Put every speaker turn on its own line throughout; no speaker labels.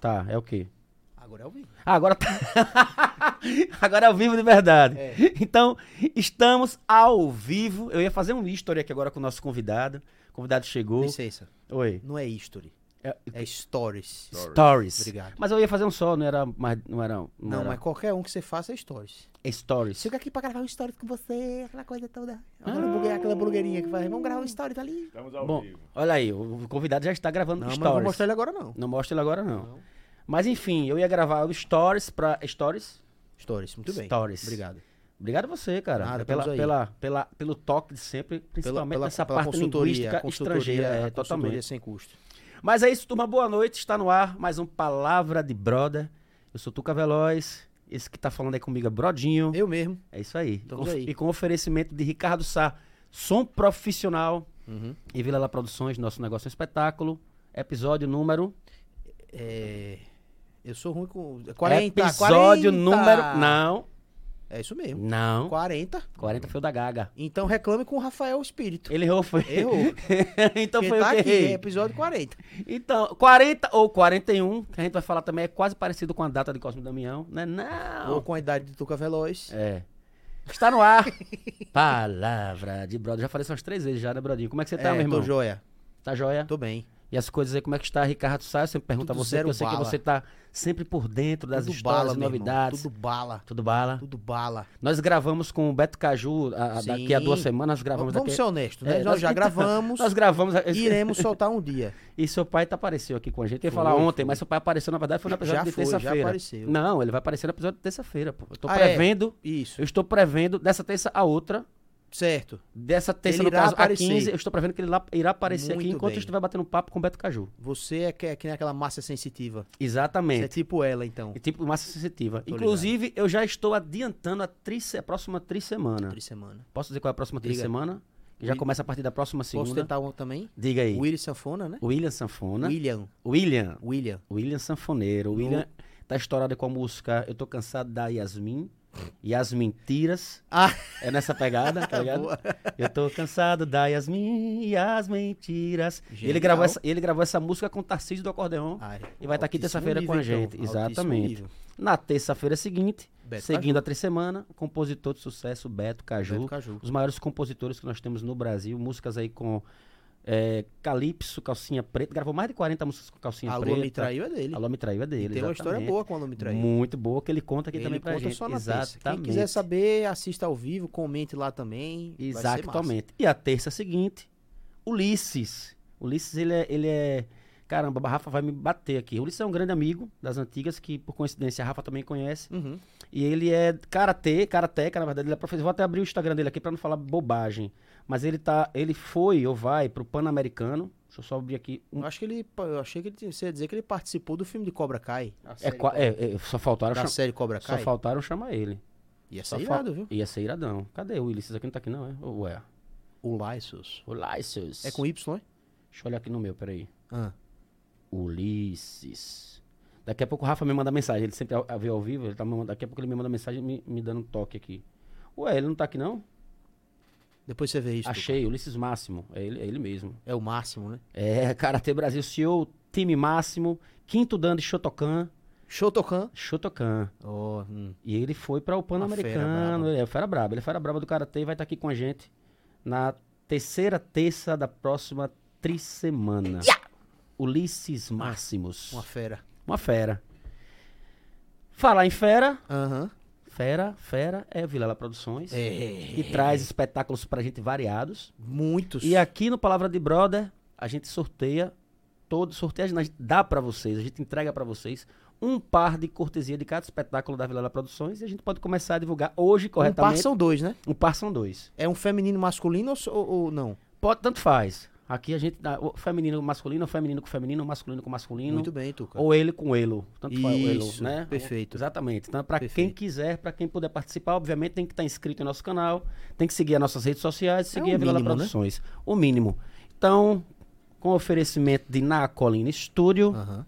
Tá, é o quê?
Agora é o vivo.
Ah, agora tá. agora é ao vivo de verdade.
É.
Então, estamos ao vivo. Eu ia fazer um history aqui agora com o nosso convidado. O convidado chegou.
Licença.
Oi.
Não é history.
É-
É stories.
Stories.
Obrigado.
Mas eu ia fazer um só, não era mais. Não era. Não,
Não,
era-
mas qualquer um que você faça é stories.
é Stories.
Chega aqui pra gravar um stories com você, aquela coisa toda.
Ah.
Aquela, hamburguer- aquela hamburguerinha que vai. Vamos gravar um stories ali.
Estamos ao
Bom,
vivo.
olha aí, o o convidado já está gravando
Não, mas não vou
Stories.
mostrar ele agora não.
Não mostra ele agora, não.
Não.
Mas enfim, eu ia gravar o Stories pra. Stories?
Stories, muito bem.
Stories.
Obrigado.
Obrigado a você, cara.
Nada,
pela,
estamos aí.
pela, pela, pelo toque de sempre, principalmente nessa parte linguística estrangeira.
a
É,
consultoria
totalmente.
sem custo.
Mas é isso, turma. Boa noite. Está no ar mais um Palavra de Broda. Eu sou Tuca Veloz. Esse que tá falando aí comigo é Brodinho.
Eu mesmo.
É isso aí.
Estamos
E com-
aí.
E com oferecimento de Ricardo Sá, som profissional e Vila La Produções, nosso negócio é um espetáculo. Episódio número.
É, Eu sou ruim com... 40,
episódio
40.
número. Não,
É isso mesmo.
não.
40.
40 foi o da Gaga.
Então reclame com o Rafael Espírito.
Ele errou, foi.
Errou.
então
Quem
foi
tá
o que
aqui,
errei.
é episódio 40.
Então, 40 ou 41, que a gente vai falar também, é quase parecido com a data de Cosme Damião, né? Não.
Ou com a idade de Tuca Veloz.
É. Está no ar. Palavra de brother. Já falei isso umas três vezes já, né, Brodinho? Como é que você tá,
É,
meu irmão?
Tô joia.
Tá joia?
Tô bem.
E as coisas aí, como é que está, Ricardo Sá? Eu sempre pergunto a
Tudo
você,
zero
porque eu sei que
bala.
você tá sempre por dentro das
tudo
histórias
bala,
e
meu irmão,
novidades.
Tudo bala.
Tudo bala.
Tudo bala.
Nós gravamos com o Beto Caju a- a- daqui a
Sim.
duas semanas, nós
Vamos,
gravamos daqui.
ser honestos, né?
Tá, É,
nós, já
então,
gravamos
Nós gravamos.
e iremos soltar um dia.
E seu pai tá apareceu aqui com a gente. Eu ia
Foi,
falar ontem,
foi.
mas seu pai apareceu, na verdade, foi no episódio
Já
de
foi, já
terça-feira.
apareceu.
Não, ele vai aparecer no episódio de terça-feira, pô. Eu tô
Ah, é?
prevendo.
Isso.
Eu estou prevendo dessa terça a outra.
Certo.
Dessa terça, no
Ele irá
caso,
aparecer.
a 15, eu estou prevendo que ele lá- irá aparecer aqui
Muito
enquanto
bem.
eu estiver batendo papo com o Beto Caju.
Você é que, é que nem aquela massa sensitiva. Você é
Exatamente.
tipo ela, então.
E tipo massa sensitiva.
Tô
Inclusive, eu já estou adiantando a, trice- a próxima trissemana.
Por semana.
Posso dizer qual é a próxima
Diga.
trissemana? Que já
Wi-
começa a partir da próxima
Posso
segunda.
tentar um também?
Diga aí.
William Sanfona, né?
William Sanfona. Tá
William.
William.
William.
William Sanfoneiro. William tá estourado com a música Eu Tô Cansado da Yasmin. E as mentiras.
Ah.
É nessa pegada, tá ligado?
Boa.
Eu tô cansado da Yasmin e as mentiras. E Ele
Genial.
gravou, essa, ele gravou essa música com o Tarcísio do Acordeon.
Ai,
E vai tá aqui
altíssimo
terça-feira com a
nível, então.
gente,
altíssimo
exatamente.
nível.
Na terça-feira seguinte,
Beto
seguindo a trissemana, compositor de sucesso Beto Caju.
Beto Caju.
Os maiores compositores que nós temos no Brasil. Músicas aí com é, Calypso, Calcinha Preta. Gravou mais de 40 músicas com Calcinha
A Lua
Preta.
me traiu é dele.
A Lua Me Traiu é
E
dele.
tem uma história
exatamente.
boa com a Lua me traiu.
Muito boa, que ele conta aqui
Ele
também pra
conta
gente.
só na terça.
Exatamente.
Quem quiser saber, assista ao vivo, comente lá também. vai ser massa.
Exatamente. E a terça seguinte, Ulisses. Ulisses, ele é, ele é. Caramba, a Rafa vai me bater aqui. Ulisses é um grande amigo das antigas, que por coincidência a Rafa também conhece.
Uhum.
E ele é karatê, karateca, na verdade, ele é professor. Vou até abrir o Instagram dele aqui pra não falar bobagem. Mas ele tá. Ele foi ou vai pro Pan-Americano. Deixa eu só abrir aqui. Um,
Eu acho que ele. Eu achei que ele tinha- você ia dizer que ele participou do filme de Cobra Kai.
é, qua- é, é, só faltaram
da
chamar.
série Cobra
Só
Kai.
faltaram chamar ele.
Ia ser
Só fal-
irado, viu?
Ia ser iradão. Cadê o Ulisses aqui? Não tá aqui, não, é? Ué.
O Lysos.
Ulisses.
É com Y, hein?
Deixa eu olhar aqui no meu, peraí.
Ah.
Ulisses. Daqui a pouco o Rafa me manda mensagem. Ele sempre a- vê ao vivo. Ele tá me manda- daqui a pouco ele me manda mensagem me, me dando um toque aqui. Ué, ele não tá aqui não?
Depois você vê isso.
Achei, Ulisses Máximo. É ele, é ele mesmo.
É o máximo, né?
É, Karatê Brasil, CEO, time máximo, quinto dan de Shotokan.
Shotokan.
Shotokan.
Oh, hum.
E ele foi para o
Uma fera
Pan-Americano.
braba.
Ele é fera braba. Ele é fera braba do Karatê e vai estar aqui com a gente na terceira terça da próxima trissemana. Ulisses Máximos.
Uma fera.
Uma fera. Falar em fera,
Aham.
fera, fera é Vilela Produções,
É.
que traz espetáculos pra gente variados.
Muitos. Um
E aqui no Palavra de Brother, a gente sorteia todo, sorteia, a gente dá pra vocês, a gente entrega pra vocês um par de cortesia de cada espetáculo da Vilela Produções e a gente pode começar a divulgar hoje
um par
corretamente.
são dois, né?
Um par são dois.
É um feminino masculino ou so- ou, ou não?
Pode, tanto faz. Aqui a gente dá o feminino com masculino, o feminino com feminino, o masculino com masculino.
Muito bem, Tuca.
Ou ele com elo. Tanto faz o elo,
Isso,
né?
perfeito.
Exatamente. Então, para quem
Perfeito.
quiser, para quem puder participar, obviamente tem que estar inscrito em nosso canal, tem que seguir as nossas redes sociais, seguir
o
a Vila
mínimo, né?
Produções. O mínimo. Então, com oferecimento de Na Colina Studio,
Aham.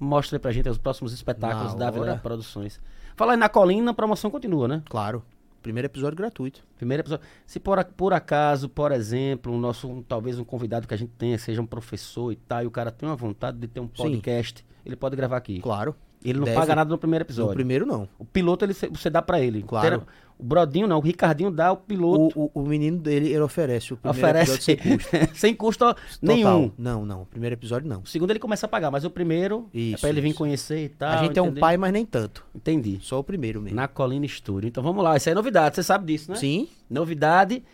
mostra aí pra gente os próximos espetáculos
Na
da Vila
hora.
Produções. Falar em Na Colina, a promoção continua, né?
Claro. Primeiro episódio gratuito.
Primeiro episódio. Se por, a- por acaso, por exemplo, o nosso, um- talvez um convidado que a gente tenha, seja um professor e tal, e o cara tem uma vontade de ter um podcast, ele pode gravar aqui.
Claro.
Ele não
Deve.
paga nada no primeiro
No
episódio.
primeiro, não.
O piloto ele, cê- você dá pra ele.
Claro.
Ter- O Brodinho não, o Ricardinho dá, o piloto
O, o, o menino dele, ele oferece o primeiro
oferece
episódio sem custo.
sem custo nenhum.
Total. Não, não. Primeiro episódio, não.
O segundo ele começa a pagar, mas o primeiro é
Isso,
pra ele vir
isso.
conhecer e tal.
a gente é um
entendeu?
pai, mas nem tanto.
Entendi.
Só o primeiro mesmo.
Ah, Na Colina Estúdio. Então vamos lá, isso aí é novidade, você sabe disso, né?
Sim.
Novidade,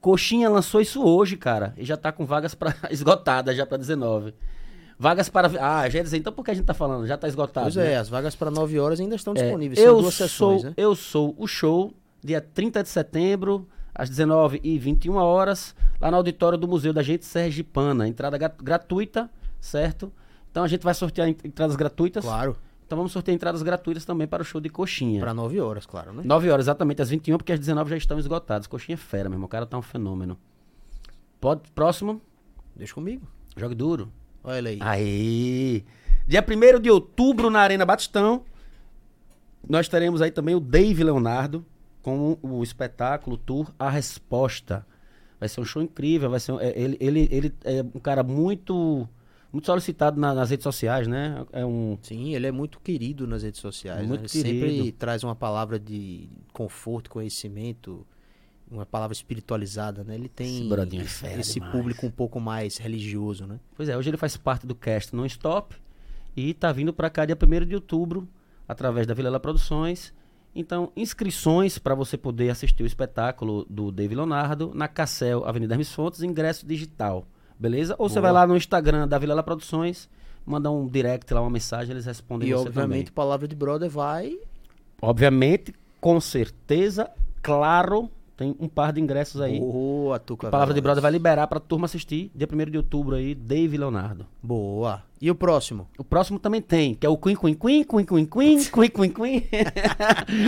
Coxinha lançou isso hoje, cara, e já tá com vagas pra esgotadas já pra 19. Vagas para Ah, já ia dizer, então por que a gente tá falando? Já tá esgotado.
Pois
né?
é, as vagas para 9 horas ainda estão
É,
disponíveis. São
eu
duas
sou,
sessões, né?
Eu sou o show, dia 30 de setembro, às 19h21 horas, lá no auditório do Museu da Gente Sergipana. Entrada gra- gratuita, certo? Então a gente vai sortear en- entradas gratuitas.
Claro.
Então vamos sortear entradas gratuitas também para o show de coxinha.
Para 9 horas, claro, né?
9 horas, exatamente, às 21 porque às 19 já estão esgotadas. Coxinha é fera, meu irmão. O cara tá um fenômeno. Pode, próximo,
Deixa comigo.
jogue duro.
Olha ele aí.
Aí. Dia 1 de outubro, na Arena Batistão, nós teremos aí também o Dave Leonardo com o espetáculo o Tour A Resposta. Vai ser um show incrível, vai ser um- é, ele, ele, ele é um cara muito muito solicitado na- nas redes sociais, né? É um
Sim, ele é muito querido nas redes sociais.
Muito
né? Ele Sempre
querido.
traz uma palavra de conforto, conhecimento, uma palavra espiritualizada, né? Ele tem
Esse brodinho é fera
esse
demais.
público um pouco mais religioso, né?
Pois é, hoje ele faz parte do cast Non Stop e tá vindo pra cá dia 1 de outubro, através da Vilela Produções. Então, inscrições para você poder assistir o espetáculo do David Leonardo na Cassel, Avenida Hermes Fontes, ingresso digital. Beleza? Ou você vai
Boa.
lá no Instagram da Vilela Produções, manda um direct lá, uma mensagem, eles respondem
E
você
obviamente a palavra de brother vai
também. Obviamente, com certeza, claro, tem um par de ingressos aí.
Boa, Tuca.
a palavra de
Velas.
brother vai liberar pra turma assistir dia 1 de outubro aí, David Leonardo.
Boa. E o próximo?
O próximo também tem, que é o Queen Queen Queen Queen Queen Queen Queen Queen Queen.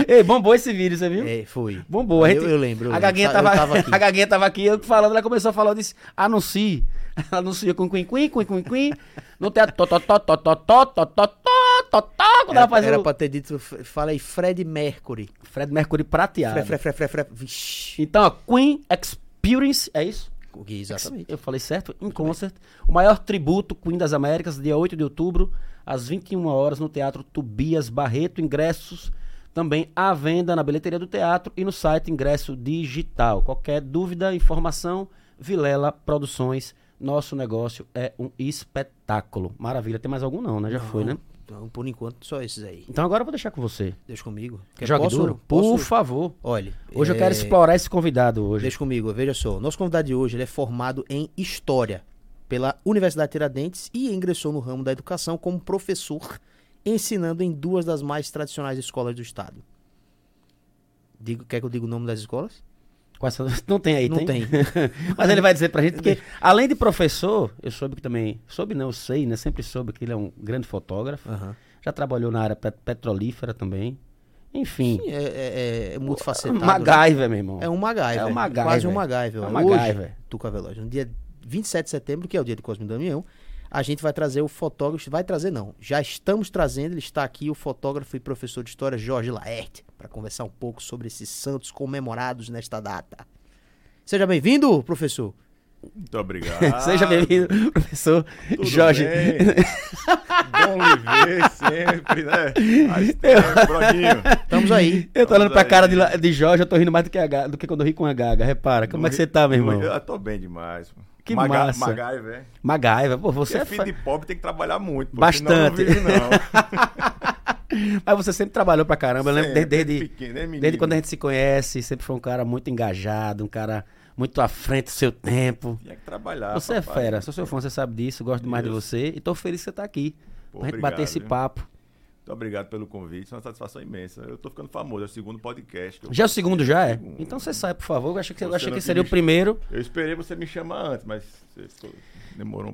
Ei, bombou esse vídeo, você viu?
É, foi.
Bombou. A, gente,
eu, eu lembro. eu
a
lembro.
gaguinha
Tá-
tava,
eu tava aqui.
a gaguinha tava aqui, eu falando, ela começou a falar, eu disse, anuncie. Ela anuncia com Queen Queen Queen Queen Queen. No teatro, tó, tó, tó, tó, tó, tó, tó, tó, tó, tó, tó, quando ela
Era,
faz
era
o
pra ter dito, f- fala aí, Fred Mercury.
Fred Mercury prateado.
Fre, fre, fre, fre, fre. Vixe.
Então, ó, Queen Experience, é isso?
O que Exatamente.
Eu falei certo? Em concert. O maior tributo Queen das Américas, dia 8 de outubro, às 21 horas, no Teatro Tobias Barreto. Ingressos também à venda na bilheteria do teatro e no site Ingresso Digital. Qualquer dúvida, informação, Vilela Produções. Nosso negócio é um espetáculo. Maravilha. Tem mais algum não, né? Já foi, né?
Então, por enquanto, só esses aí.
Então agora eu vou deixar com você.
Deixa comigo. Quer-
Jogue
posso-
duro.
posso-
Por favor.
Olha.
Hoje eu quero
é,
explorar esse convidado hoje.
Deixa comigo, veja só. Nosso convidado de hoje ele é formado em História pela Universidade Tiradentes e ingressou no ramo da educação como professor, ensinando em duas das mais tradicionais escolas do estado. Digo, quer que eu diga o nome das escolas?
Quais são- Não tem aí,
Não tem.
Mas ele vai dizer pra gente, porque além de professor, eu soube que também. Soube não, eu sei, né? Sempre soube que ele é um grande fotógrafo. Já trabalhou na área pe- petrolífera também. Enfim.
É, é, é, é multifacetado. né?
MacGyver, meu irmão.
É um MacGyver.
É um MacGyver.
Quase um MacGyver.
É um
Hoje,
MacGyver.
Tuca Veloz, no dia 27 de setembro, que é o dia do Cosme Damião, a gente vai trazer o fotógrafo, vai trazer não, já estamos trazendo, ele está aqui, o fotógrafo e professor de história Jorge Laerte, para conversar um pouco sobre esses santos comemorados nesta data. Seja bem-vindo, professor.
Muito obrigado.
Seja bem-vindo, professor
Ah, Tudo
Jorge.
bem? Bom lhe ver sempre, né? Faz tempo, Brodinho.
Estamos aí.
Eu tô olhando
Vamos
pra
aí.
cara de, la- de Jorge, eu tô rindo mais do que, a Ga- do que quando eu ri com a Gaga. Repara, como é que você tá, meu irmão?
Eu tô bem demais. pô.
Que
Maga-
massa.
Magaiva, é.
MacGyver, pô, você
Você
é
é filho
fa...
de pobre, tem que trabalhar muito. pô,
Bastante.
Senão não vive, não.
Mas você sempre trabalhou pra caramba. Eu lembro
Sempre,
desde,
desde pequeno, né, menino?
desde quando a gente se conhece, sempre foi um cara muito engajado, um cara muito à frente do seu tempo.
Tinha que trabalhar.
Você é
papai.
fera, sou seu fã, você sabe disso, gosto demais de
Ah, Isso.
você e tô feliz que você tá aqui.
Pô,
pra gente
obrigado,
bater esse
viu?
papo.
Muito obrigado pelo convite, é uma satisfação imensa. Eu tô ficando famoso, é o segundo podcast. que eu
Já é o segundo, já é?
Segundo.
Então você sai, por favor. Eu achei que, eu
Você
achei
não
que
quis
seria o
me-
primeiro.
Eu esperei você me chamar antes, mas você ficou- demorou um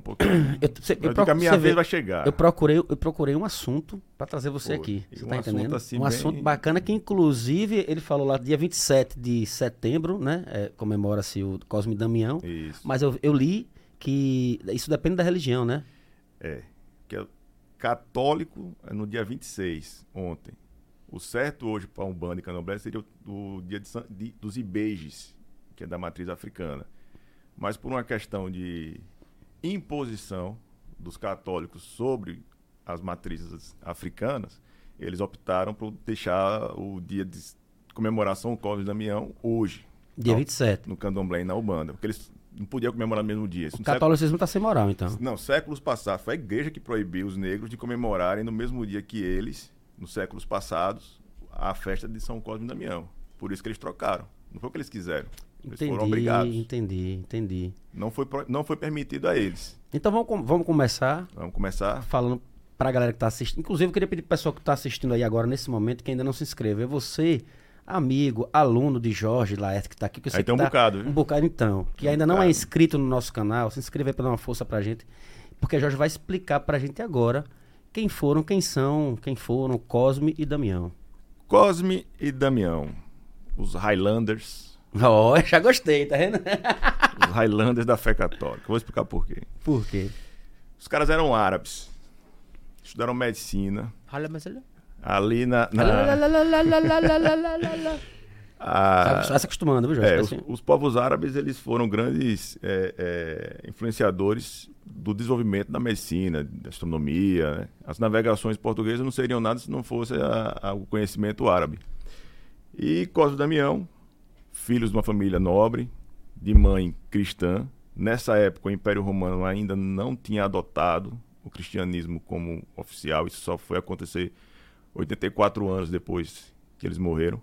pouquinho.
Eu, você- eu
Mas
procu-
a minha
você
vez
vê,
vai chegar.
eu procurei, eu procurei um assunto pra trazer você
Foi.
aqui.
E
Você
um
tá
assunto,
entendendo?
assim,
um assunto
bem-
bacana que, inclusive, ele falou lá dia 27 de setembro, né? É, Comemora-se o Cosme Damião.
Isso.
Mas eu, eu li que isso depende da religião, né?
É. Que é católico é no dia 26, ontem. O certo hoje para Umbanda e Candomblé seria o, o dia de San- de- dos Ibejes, que é da matriz africana. Mas por uma questão de imposição dos católicos sobre as matrizes africanas, eles optaram por deixar o dia de comemorar São Cosme e Damião hoje,
Dia
Não.
27.
no Candomblé e na Umbanda, porque eles não podiam comemorar no mesmo dia. Isso
O
no século-
catolicismo tá sem moral, então.
não, séculos passados. Foi a igreja que proibiu os negros de comemorarem no mesmo dia que eles, nos séculos passados, a festa de São Cosme e Damião. Por isso que eles trocaram. Não foi o que eles quiseram. Eles foram
Entendi,
obrigados.
entendi, entendi.
Não foi, pro- não foi permitido a eles.
Então vamos, com- vamos começar
Vamos começar?
falando pra galera que tá assistindo. Inclusive, eu queria pedir pro pessoal que tá assistindo aí agora, nesse momento, que ainda não se inscreveu. Você, amigo, aluno de Jorge Laerte, que tá aqui, que eu sei
Aí tem um
que tá
bocado, viu?
um bocado então, que ainda não é
bocado.
inscrito no nosso canal, se inscreve aí pra dar uma força pra gente, porque Jorge vai explicar pra gente agora quem foram, quem são, quem foram Cosme e Damião.
Cosme e Damião. Os Highlanders.
Ó, já gostei, tá vendo?
Os Highlanders da fé católica. Vou explicar por quê.
Por quê?
Os caras eram árabes. Estudaram medicina.
Olha, mas olha.
Ali na. na-
Lalalalalalalalalala.
a-
Tá, tá se acostumando, viu, Jorge?
Ah, É,
Tá
os,
assim-
os povos árabes eles foram grandes é, é, influenciadores do desenvolvimento da medicina, da astronomia. né? As navegações portuguesas não seriam nada se não fosse a- a- o conhecimento árabe. E Cosme e Damião, filhos de uma família nobre, de mãe cristã. Nessa época, o Império Romano ainda não tinha adotado o cristianismo como oficial. Isso só foi acontecer 84 anos depois que eles morreram.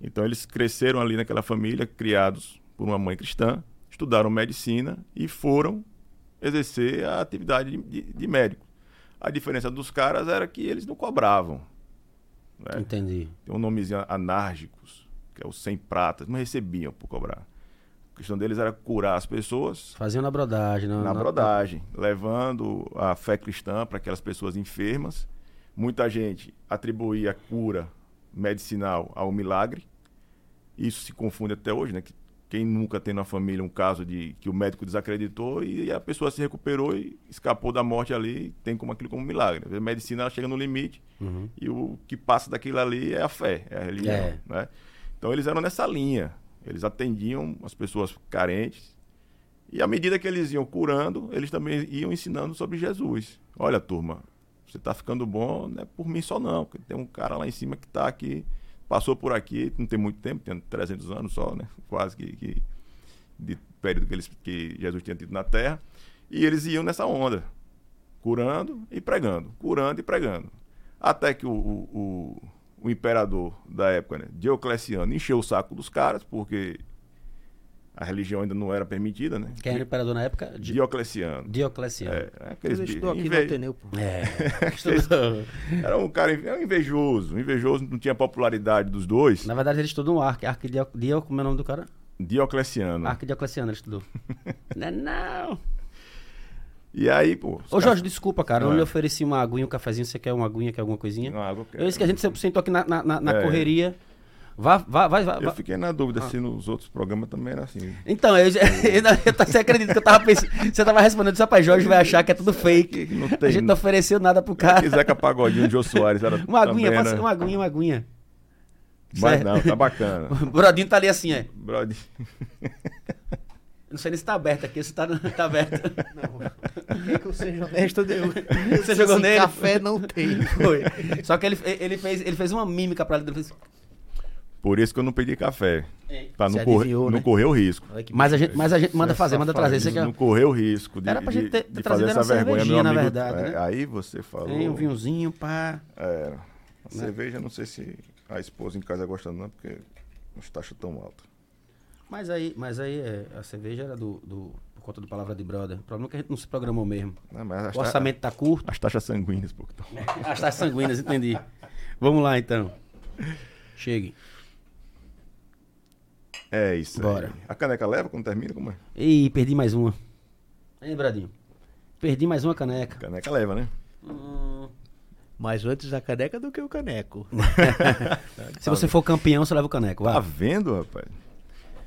Então eles cresceram ali naquela família, criados por uma mãe cristã, estudaram medicina e foram exercer a atividade de, de- de médico. A diferença dos caras era que eles não cobravam. né?
Entendi.
Tem um nomezinho anárgicos, que é o sem pratas, não recebiam por cobrar. A questão deles era curar as pessoas
Faziam na brodagem.
na brodagem, levando a fé cristã para aquelas pessoas enfermas. Muita gente atribuía a cura medicinal ao milagre. Isso se confunde até hoje, né? Que quem nunca tem na família um caso de que o médico desacreditou e a pessoa se recuperou e escapou da morte ali, tem como aquilo como um milagre. A medicina ela chega no limite
Uhum.
e o que passa daquilo ali é a fé, é a religião,
É.
né? Então eles eram nessa linha. Eles atendiam as pessoas carentes e à medida que eles iam curando, eles também iam ensinando sobre Jesus. Olha, turma, você está ficando bom, não é por mim só não, porque tem um cara lá em cima que está aqui, passou por aqui, não tem muito tempo, tem 300 anos só, né? Quase que, que de período que, eles, que Jesus tinha tido na Terra. E eles iam nessa onda, curando e pregando, curando e pregando. Até que o, o- o- o imperador da época, né, Diocleciano, encheu o saco dos caras, porque a religião ainda não era permitida, né?
Quem era o é um imperador na época? Di-
Diocleciano.
Diocleciano.
É, é aqueles
Ele
bi-
estudou aqui no
inve-
Ateneu, pô.
É.
Era um cara inve- era um invejoso, um invejoso, não tinha popularidade dos dois.
Na verdade, ele estudou um arque. Arquidio... Dio... Como é o nome do cara?
Diocleciano.
Ah. Arquidiocleciano, ele estudou. não, é não.
E aí, pô. os
Ô,
caras-
Jorge, desculpa, cara. Eu Não
É.
lhe ofereci uma aguinha, um cafezinho. Você quer uma aguinha, quer alguma coisinha?
Não, água
Eu esqueci, a gente sempre sentou aqui na, na, na- na
É.
correria. Vá, vá, vai, vai.
Eu
vai.
fiquei na dúvida se nos outros programas também era assim.
Então, eu, eu, não- eu, tá- você acredita que eu tava pensando. Você tava respondendo isso, rapaz, Jorge vai achar que é tudo fake.
que não
a
tem-
gente não ofereceu nada pro
Cara.
cara.
Que Zeca Pagodinho, Jô Soares. Era
Uma aguinha,
também
passa
era-
uma aguinha, uma aguinha.
Mas
Certo.
não, tá bacana.
O Brodinho tá ali assim, é.
Brother.
Eu Não sei nem se tá aberto aqui, se tá, tá aberto.
Quer que eu seja honesto, deu.
Você jogou nele?
Café não tem.
Foi. Só que ele, ele, fez, ele fez uma mímica pra ele. ele fez-
Por isso que eu não pedi café.
É,
Pra
Você
não, correr,
adivinhou,
não
né?
correr o risco.
Olha que
Mas a gente, mas a gente manda fazer, manda trazer. Você
Isso
quer
não correr o risco de,
Era pra gente
de-
ter- ter
de fazer
trazido
essa
uma
vergonha, meu
cervejinha, na
amigo.
verdade,
É,
né?
Aí você falou.
Tem um vinhozinho, Né? pá.
É, a cerveja, não sei se a esposa em casa gosta não, porque as taxas tão altas.
Mas aí, mas aí é, a cerveja era do, do- Por conta do palavra de brother. O problema é que a gente não se programou mesmo.
Não, né? mas as
O
ta-
orçamento tá curto.
As taxas sanguíneas, pô. que tão-
As taxas sanguíneas, entendi. Vamos lá então. Chegue.
É isso aí.
Bora.
A caneca leva quando termina? Como é?
Ih, perdi mais uma. Hein, Bradinho? Perdi mais uma caneca.
Caneca leva, né?
Hum.
Mais antes a caneca do que o caneco.
Se você for campeão, você leva o caneco.
Tá
Vai.
vendo, rapaz?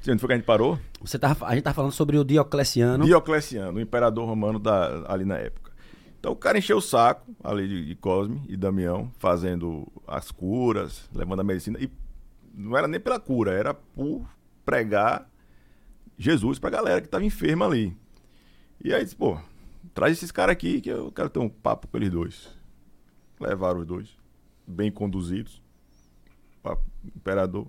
Gente, foi que a gente parou?
Você tava, a gente tava falando sobre o Diocleciano.
Diocleciano, o imperador romano da- ali na época. Então o cara encheu o saco ali de, de Cosme e Damião, fazendo as curas, levando a medicina. E não era nem pela cura, era por pregar Jesus pra galera que tava enferma ali. E aí disse, pô, traz esses caras aqui que eu quero ter um papo com eles dois. Levaram os dois, bem conduzidos, para imperador.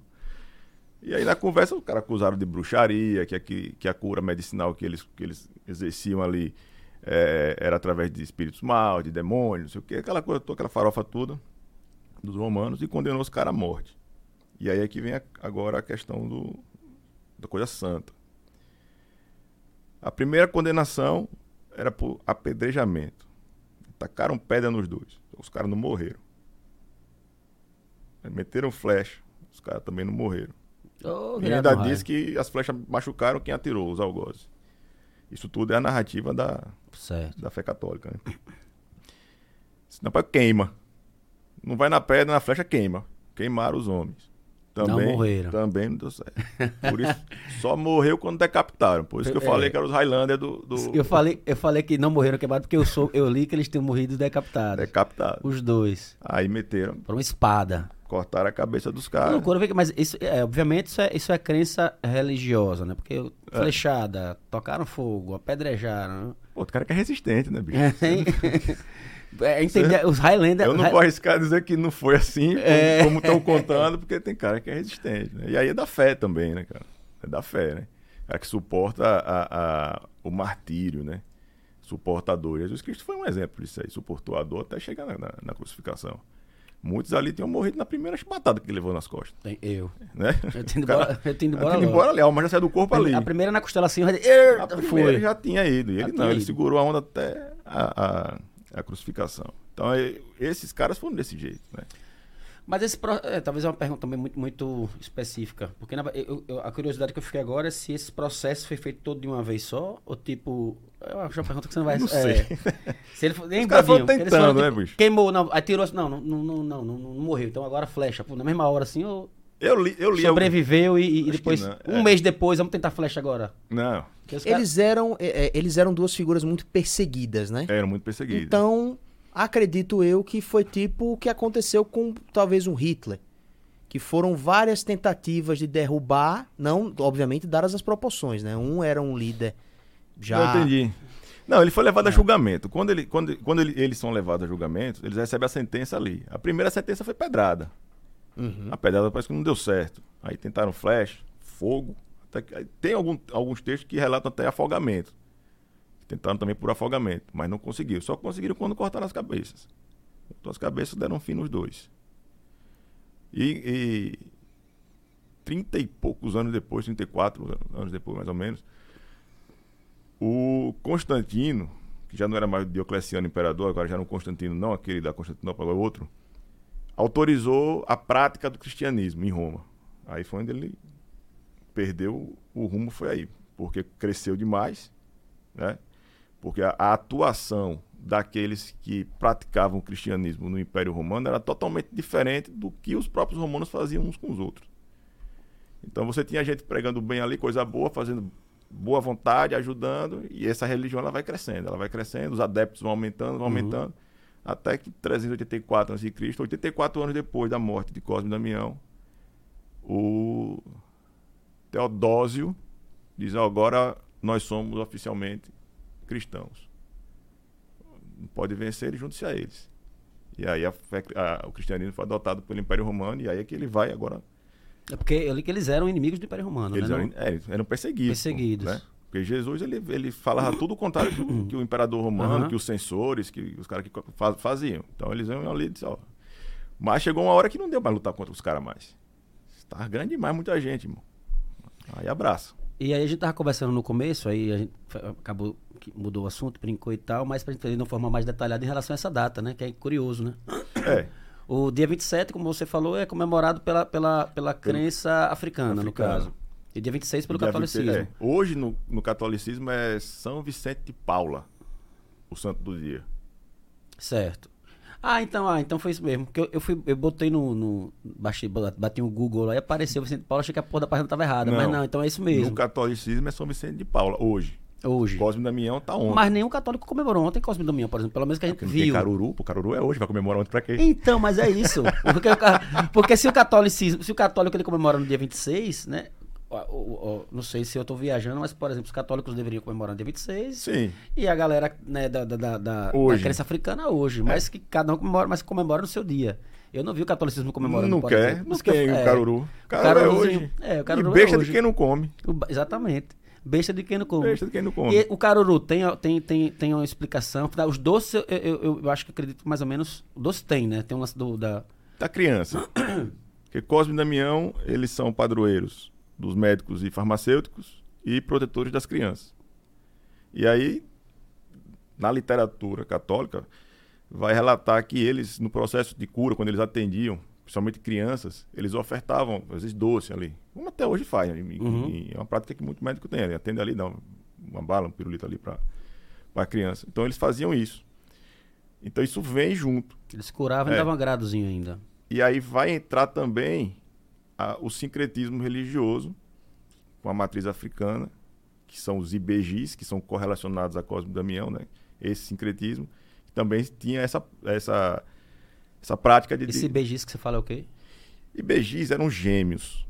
E aí na conversa o cara acusaram de bruxaria, que, que, que a cura medicinal que eles, que eles exerciam ali eh, era através de espíritos maus, de demônios, não sei o quê, aquela coisa toda, aquela farofa toda dos romanos e condenou os caras à morte. E aí é que vem a- agora a questão do, da coisa santa. A primeira condenação era por apedrejamento. Tacaram pedra nos dois. Os caras não morreram. Aí Meteram flecha. Os caras também não morreram.
Ô,
E
virado
ainda
raio.
diz que as flechas machucaram quem atirou, os algozes. Isso tudo é a narrativa da,
Certo.
da fé católica, né? Senão pra queima. Não vai na pedra, na flecha queima. Queimaram os homens.
Não
Também,
morreram.
Também não deu certo. Por isso, só morreu quando decapitaram. Por isso que eu
É.
falei que eram os Highlander do, do
Eu falei, eu falei que não morreram queimados porque eu, sou, eu li que eles tinham morrido decapitados.
decapitado.
Os dois.
Aí meteram,
Por uma espada.
cortaram a cabeça dos
Que
caras.
loucura, vê que- mas isso, é, obviamente isso é, isso é crença religiosa, né? Porque
É.
flechada, tocaram fogo, apedrejaram. né?
Pô, o cara que é resistente, né, bicho?
É, entender, os Highlander.
Eu não vou arriscar dizer que não foi assim,
É.
como estão contando, porque tem cara que é resistente. né? E aí é da fé também, né, cara? É da fé, né? Cara que suporta a- a- o martírio, né? Suporta a dor. Jesus Cristo foi um exemplo disso aí. Suportou a dor até chegar na, na- na crucificação. Muitos ali tinham morrido na primeira chibatada que ele levou nas costas,
Tem- Eu.
né?
Eu tenho ido
O cara-
embora. Eu tenho ido
Ela
embora.
tinha ido
logo.
embora ali, a alma já saiu do corpo ali.
A primeira na costela assim,
A
eu...
primeira
foi.
já tinha ido. E
Já
ele
tinha
não, ele
ido.
segurou a onda até a, a- a crucificação. Então, e- esses caras foram desse jeito, né?
Mas esse pro- é, talvez é uma pergunta também muito, muito específica. Porque na- eu- eu- a curiosidade que eu fiquei agora é se esse processo foi feito todo de uma vez só, ou tipo. Eu acho uma pergunta que você não vai.
Não
é,
sei.
se ele for- nem
Os caras
Babinho,
foram
porque eles foram,
tentando, né,
tipo,
bicho?
Queimou, não, atirou assim. Não, não, não, não, não, não, não morreu. Então agora flecha. Pô, na mesma hora assim, ou
Eu li, eu li. algum-
sobreviveu e- e,
Acho que
depois.
não,
Um
é.
mês depois, vamos tentar flecha agora.
Não,
Porque os caras-
Eles eram, é, é, eles eram duas figuras muito perseguidas, né?
eram muito perseguidos.
Então, acredito eu que foi tipo o que aconteceu com talvez um Hitler. Que foram várias tentativas de derrubar, não, obviamente, dadas as proporções, né? Um era um líder já. É.
Eu entendi. Não, ele foi levado a julgamento. Quando, ele, quando, quando ele- eles são levados a julgamento, eles recebem a sentença ali. A primeira sentença foi pedrada.
Uhum.
A pedrada parece que não deu certo. Aí tentaram flash, fogo. até que- aí tem algum- alguns textos que relatam até afogamento. Tentaram também por afogamento, mas não conseguiu. Só conseguiram quando cortaram as cabeças. Cortou as cabeças deram fim nos dois. E, e 30 e poucos anos depois, 34 anos depois mais ou menos, o Constantino, que já não era mais o Diocleciano imperador, agora já era um Constantino, não aquele da Constantinopla, agora é outro, autorizou a prática do cristianismo em Roma. Aí foi onde ele perdeu o rumo, foi aí, porque cresceu demais, né? Porque a, a atuação daqueles que praticavam o cristianismo no Império Romano era totalmente diferente do que os próprios romanos faziam uns com os outros. Então você tinha gente pregando bem ali, coisa boa, fazendo boa vontade, ajudando, e essa religião ela vai crescendo, ela vai crescendo, os adeptos vão aumentando, vão aumentando, até que 384 a.C., 84 anos depois da morte de Cosme e Damião, o Teodósio diz: "Ó, agora nós somos oficialmente cristãos. Não pode vencer ele, junte-se a eles. E aí a fé- a- o cristianismo foi adotado pelo Império Romano, e aí é que ele vai agora
É porque eu li que eles eram inimigos do Império Romano,
eles
né?
eram,
Não-
é, eles eram perseguidos.
Perseguidos. Uhum.
né? Porque Jesus ele, ele falava tudo o contrário que, o- que o imperador romano,
Aham.
que os censores, que os caras que co- fa- faziam. Então eles iam ali e diziam, ó. Mas chegou uma hora que não deu mais lutar contra os caras mais. Tá grande demais muita gente, irmão. Aí abraça.
E aí a gente tava conversando no começo, aí a gente fa- acabou que mudou o assunto, brincou e tal, mas pra gente entender de uma forma mais detalhada em relação a essa data, né? Que é curioso, né?
É.
O dia 27, como você falou, é comemorado pela, pela, pela crença africana, no
Africana.
caso. E dia 26 pelo
Dia
catolicismo.
26, é. Hoje no, no catolicismo é São Vicente de Paula, o santo do dia. é.
Certo. Ah, então, ah, então foi isso mesmo. Porque eu, eu fui, eu botei no. no baixei, bati o Google lá e assim, apareceu Vicente Paulo, achei que a porra da página tava errada. Mas
Não.
não, então é isso mesmo.
No catolicismo é São Vicente de Paula, hoje.
Hoje.
Cosme Damião tá ontem. É
Mas nenhum católico comemorou ontem Cosme Damião, por exemplo. Pelo menos que a gente
Porque não tem
viu.
Caruru, pô, Caruru é hoje, vai comemorar ontem pra quê?
Então, mas é isso. Porque, o ca- porque se o catolicismo, se o católico ele comemora no dia 26, né? ó, ó, ó, não sei se eu tô viajando, mas, por exemplo, os católicos deveriam comemorar no dia 26.
Sim.
E a galera né, da, da, da, da- da
Hoje.
crença africana hoje. Mas que cada um comemora, mas comemora no seu dia. Eu não vi o catolicismo comemorando.
Não
por
quer,
exemplo.
não
Isso que eu-
tem o
é.
Caruru. Caruru é
Caruruzinho.
hoje.
É, o
E
Caruru é
besta de
hoje.
quem não come.
O ba- Exatamente. Besta de quem não come.
Besta de quem não come.
E o caruru tem, tem, tem, tem uma explicação. Os doces, eu, eu, eu- eu acho que acredito que mais ou menos. O doce tem, né? Tem um lance do, da.
da criança. Porque Cosme e Damião, eles são padroeiros dos médicos e farmacêuticos e protetores das crianças. E aí, na literatura católica, vai relatar que eles, no processo de cura, quando eles atendiam, principalmente crianças, eles ofertavam, às vezes, doce ali. Como até hoje faz. né? E-
Uhum.
e é uma prática que muito médico tem. Ele atende ali, dá uma bala, um pirulito ali para a criança. Então, eles faziam isso. Então, isso vem junto.
Eles curavam e
É.
davam um agradozinho ainda.
E aí vai entrar também a- o sincretismo religioso com a matriz africana, que são os IBGs, que são correlacionados a Cosme e Damião, né? Esse sincretismo que também tinha essa essa essa prática de,
Esse
de
beijis que você fala é o quê?
IBGs eram gêmeos.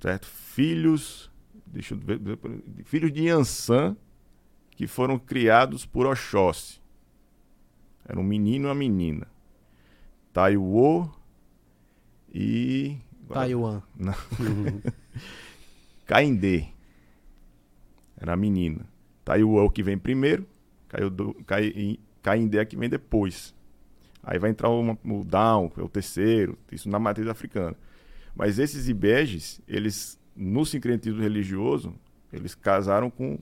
Certo? Filhos, deixa eu ver, ver- filhos de Ansan que foram criados por Oxóssi. Era um menino e uma menina. Taiwo e
Taiwan.
Caindê. Era a menina. Taiwo é o que vem primeiro, caiu do, cai, Caindê é a que vem depois. Aí vai entrar uma- o Down, que é o terceiro, isso na matriz africana. Mas esses ibeges, eles, no sincretismo religioso, eles casaram com.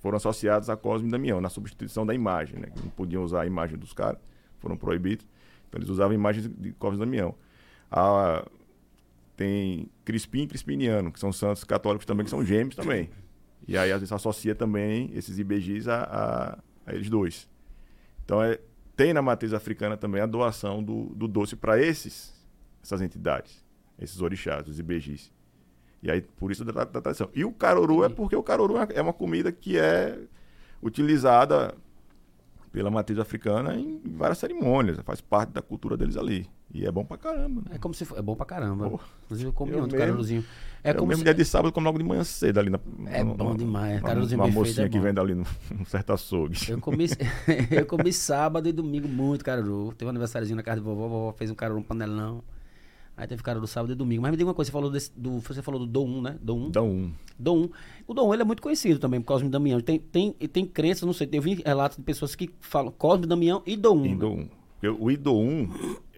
foram associados a Cosme e Damião, na substituição da imagem, né? Não podiam usar a imagem dos caras, foram proibidos. Então eles usavam imagens de Cosme e Damião. A, Ah, tem Crispim e Crispiniano, que são santos católicos também, que são gêmeos também. E aí, às vezes, associa também esses IBGs a, a- a eles dois. Então, é- tem na matriz africana também a doação do, do doce para esses, essas entidades, esses orixás, os IBGs. E aí, por isso, da, da tradição. E o caruru é porque o caruru é uma comida que é utilizada pela matriz africana em várias cerimônias, faz parte da cultura deles ali. E é bom pra caramba, né?
É como se fosse. É bom pra caramba.
Pô,
Inclusive, eu comi
eu
ontem
mesmo-
caruruzinho. É
É o
como
mesmo
se.
dia de sábado, eu como logo de manhã cedo ali na.
É
no-
bom
no-
demais,
na-
carozinho
Uma
bem feito
mocinha
é
que
bom.
vende ali no, num certo açougue.
Eu comi, eu comi sábado e domingo muito caruru. Teve um aniversáriozinho na casa de vovó, vovó fez um caruru um panelão. Aí teve caruru sábado e domingo. Mas me diga uma coisa, você falou, desse- do, você falou do Dom 1, né? Dom 1.
Dá um.
Dom 1. O Dom 1 ele é muito conhecido também por Cosme e Damião. Tem, tem, e tem crença, não sei, eu vi relatos de pessoas que falam Cosme, Damião e Dom 1.
Ido um. Porque O Ido 1,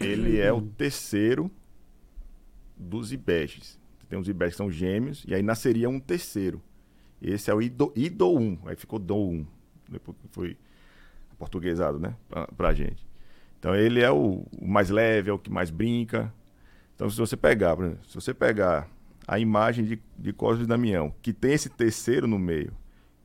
ele é o terceiro dos Ibeges. Tem uns Ibeges que são gêmeos, e aí nasceria um terceiro. Esse é o Ido, Ido 1. Aí ficou Dom 1. Depois que foi portuguesado, né? Pra, pra gente. Então ele é o, o mais leve, é o que mais brinca. Então se você pegar, por exemplo, se você pegar a imagem de, de Cosme e Damião, que tem esse terceiro no meio,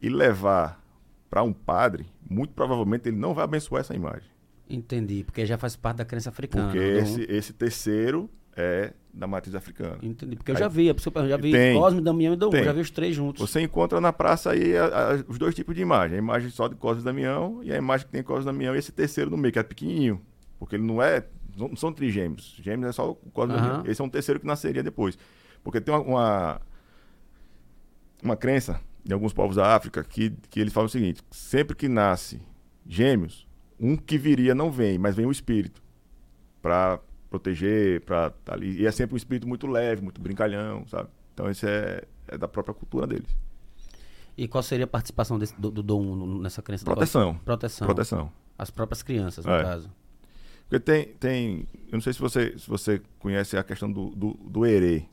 e levar para um padre, muito provavelmente ele não vai abençoar essa imagem.
Entendi, porque já faz parte da crença africana.
Porque
o Dom 1.
esse, esse terceiro é da matriz africana.
Entendi, porque eu
Aí-
já vi, eu já vi
Tem.
Cosme, Damião e Dom 1,
Tem.
já vi os três juntos.
Você encontra na praça aí a- a- os dois tipos de imagem. A imagem só de Cosme e Damião e a imagem que tem Cosme e Damião e esse terceiro no meio, que é pequenininho. Porque ele não é... Não são trigêmeos. Gêmeos é só o Cosme e
Aham.
Damião. Esse é um terceiro que nasceria depois. Porque tem uma... uma uma crença de alguns povos da África que, que eles falam o seguinte: sempre que nasce gêmeos, um que viria não vem, mas vem o espírito para proteger, para ali. E é sempre um espírito muito leve, muito brincalhão, sabe? Então isso é, é da própria cultura deles.
E qual seria a participação desse, do, do Dom 1 no- nessa crença? do
Proteção.
Cosme? Proteção.
Proteção.
As próprias crianças, no
É.
caso.
Porque tem, tem. Eu não sei se você, se você conhece a questão do, do, do erê.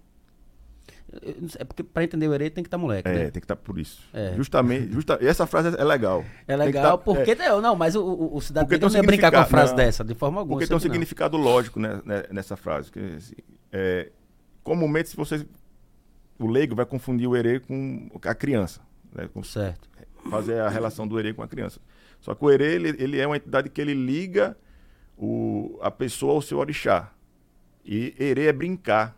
Eu- eu não sei, É porque pra entender o erê tem que estar moleque,
É,
né?
tem que estar por isso.
É.
Justamente. Justa, essa frase é legal.
É
Tem que
legal,
tá-
porque não, não, mas o, o, o cidadão
Porque tem um
não ia brincar com uma
significado,
frase
não.
dessa, de forma alguma.
Porque
eu
tem um
sei que não.
significado lógico né, né, nessa frase. Que, assim, é, comumente, se você. O leigo vai confundir o erê com a criança. Né, com-
Certo.
fazer a relação do erê com a criança. Só que o erê, ele, ele é uma entidade que ele liga o, a pessoa ao seu orixá. E erê é brincar.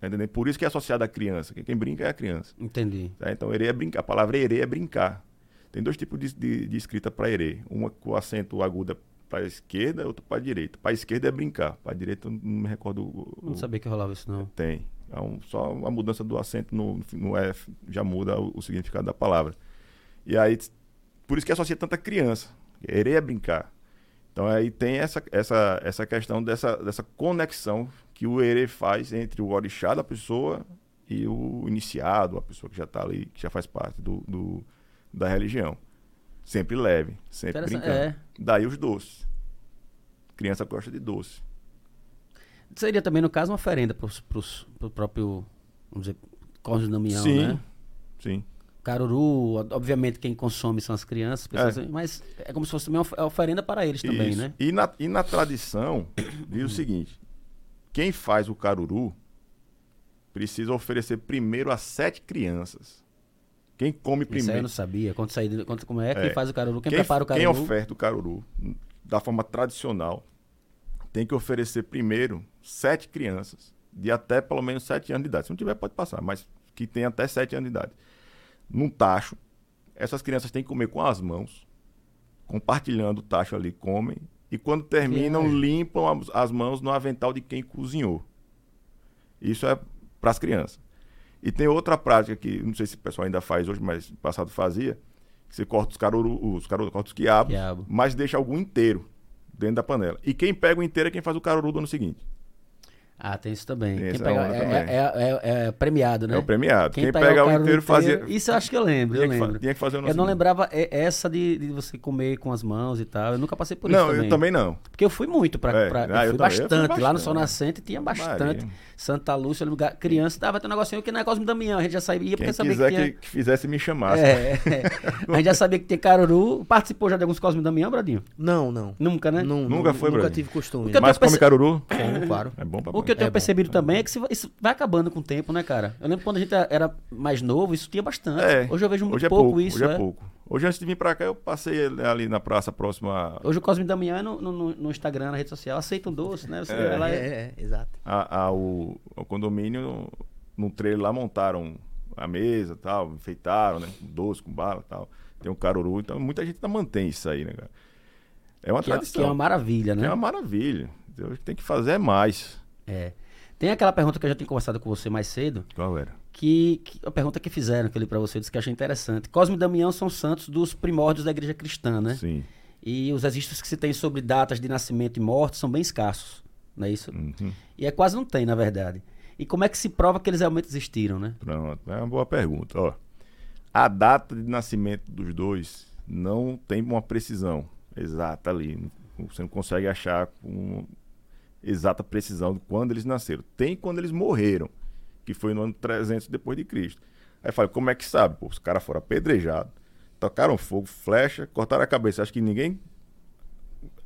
Tá entendendo? Por isso que é associado à criança, que quem brinca é a criança.
Entendi.
tá? Então, erê é brincar. A palavra erê é brincar. Tem dois tipos de, de- de escrita para erê. Uma com acento aguda para esquerda, outra para direita. Para esquerda é brincar, para direita eu não me recordo. o- o-
Não sabia que rolava isso, não.
Tem. É um- só a mudança do acento no, no F já muda o, o significado da palavra. E aí, t- por isso que associa tanta criança. Erê é brincar. Então aí tem essa, essa, essa questão dessa, dessa conexão que o erê faz entre o orixá da pessoa e o iniciado, a pessoa que já está ali, que já faz parte do, do- da religião. Sempre leve, sempre
Interessante,
brincando.
é.
Daí os doces. Criança gosta de doce.
Seria também, no caso, uma oferenda pros, pros, pro próprio, vamos dizer, Cosme Damião,
sim,
né?
sim.
Caruru, o- obviamente quem consome são as crianças, pessoas, mas é como se fosse também uma of- uma oferenda para eles também,
Isso.
né?
E na, e na tradição, diz o seguinte: quem faz o caruru precisa oferecer primeiro a sete crianças. Quem come
Isso aí eu
primeiro.
não sabia. Quando sair, do- quando, como é,
É.
quem faz o caruru, quem, prepara o
quem
caruru.
oferta o caruru n- da forma tradicional tem que oferecer primeiro sete crianças de até pelo menos sete anos de idade. Se não tiver, pode passar, mas que tem até sete anos de idade. Num tacho, essas crianças têm que comer com as mãos, compartilhando o tacho ali, comem, e quando terminam,
Que-
limpam as- as mãos no avental de quem cozinhou. Isso é para as crianças. E tem outra prática que não sei se o pessoal ainda faz hoje, mas no passado fazia. Que você corta os caruru, os caruru, corta os quiabos,
Quiabo.
mas deixa algum inteiro dentro da panela. E quem pega o inteiro é quem faz o caruru do ano seguinte.
Ah, tem isso também.
Tem
Quem
essa
pega-
onda
é,
também.
é- é- é premiado, né?
É o premiado. Quem,
pegar
pega o
caruru
inteiro fazia.
Isso eu acho que eu lembro,
tinha,
eu
que fa-
lembro.
tinha que fazer o ano
Eu não
seguinte.
lembrava é, essa de, de você comer com as mãos e tal. Eu nunca passei por isso
não,
também.
eu também não.
Porque eu fui muito pra.
É,
pra- eu
ah,
fui
eu também, eu fui
bastante. Lá no
bastante.
Sol Nascente tinha bastante.
Maria.
Santa Lúcia, lugar. Criança, tava até um negocinho que não é Cosme Damião. A gente já sabia
Quem
porque sabia
quiser
que
que,
tinha.
que fizesse me chamasse.
É, é. A gente já sabia que tinha caruru. Participou já de alguns Cosme Damião, Bradinho?
Não, não.
Nunca, né?
Não,
Nunca
não,
foi,
Nunca
Brasil.
tive costume.
Nunca-
Mas
Eu tô
come
perce-
caruru?
Como, claro.
É bom pra
O que eu tenho
É bom.
percebido também é que isso- isso vai acabando com o tempo, né, cara? Eu lembro quando a gente era mais novo, isso tinha bastante.
É.
Hoje eu vejo muito
Hoje é
pouco,
pouco,
isso,
Hoje é
é.
pouco. Hoje antes de vir pra cá, eu passei ali na praça próxima
Hoje o Cosme Damião é no, no- no Instagram, na rede social, aceita um doce, né? Você vai lá e-
É, é, é, exato.
a- ao, ao condomínio, no trailer lá montaram a mesa tal, enfeitaram, né? Com doce, com bala tal. Tem um caruru, então muita gente ainda mantém isso aí, né, cara? É uma
que, é, que
tradição.
é uma maravilha, né?
que é uma maravilha. Então, O que tem que fazer é mais.
É. Tem aquela pergunta que eu já tenho conversado com você mais cedo,
Qual era?
que, que- a pergunta que fizeram que eu li pra você, eu disse que eu achei interessante. Cosme e Damião são santos dos primórdios da igreja cristã, né?
Sim.
E os registros que se tem sobre datas de nascimento e morte são bem escassos, não é isso?
Uhum.
E é quase não tem, na verdade. E como é que se prova que eles realmente existiram, né?
Pronto. É uma boa pergunta. Ó, a data de nascimento dos dois não tem uma precisão exata ali. Você não consegue achar com exata precisão de quando eles nasceram. Tem quando eles morreram, que foi no ano 300 depois de Cristo. Aí fala, como é que sabe? Pô, os caras foram apedrejados, tocaram fogo, flecha, cortaram a cabeça. Acho que ninguém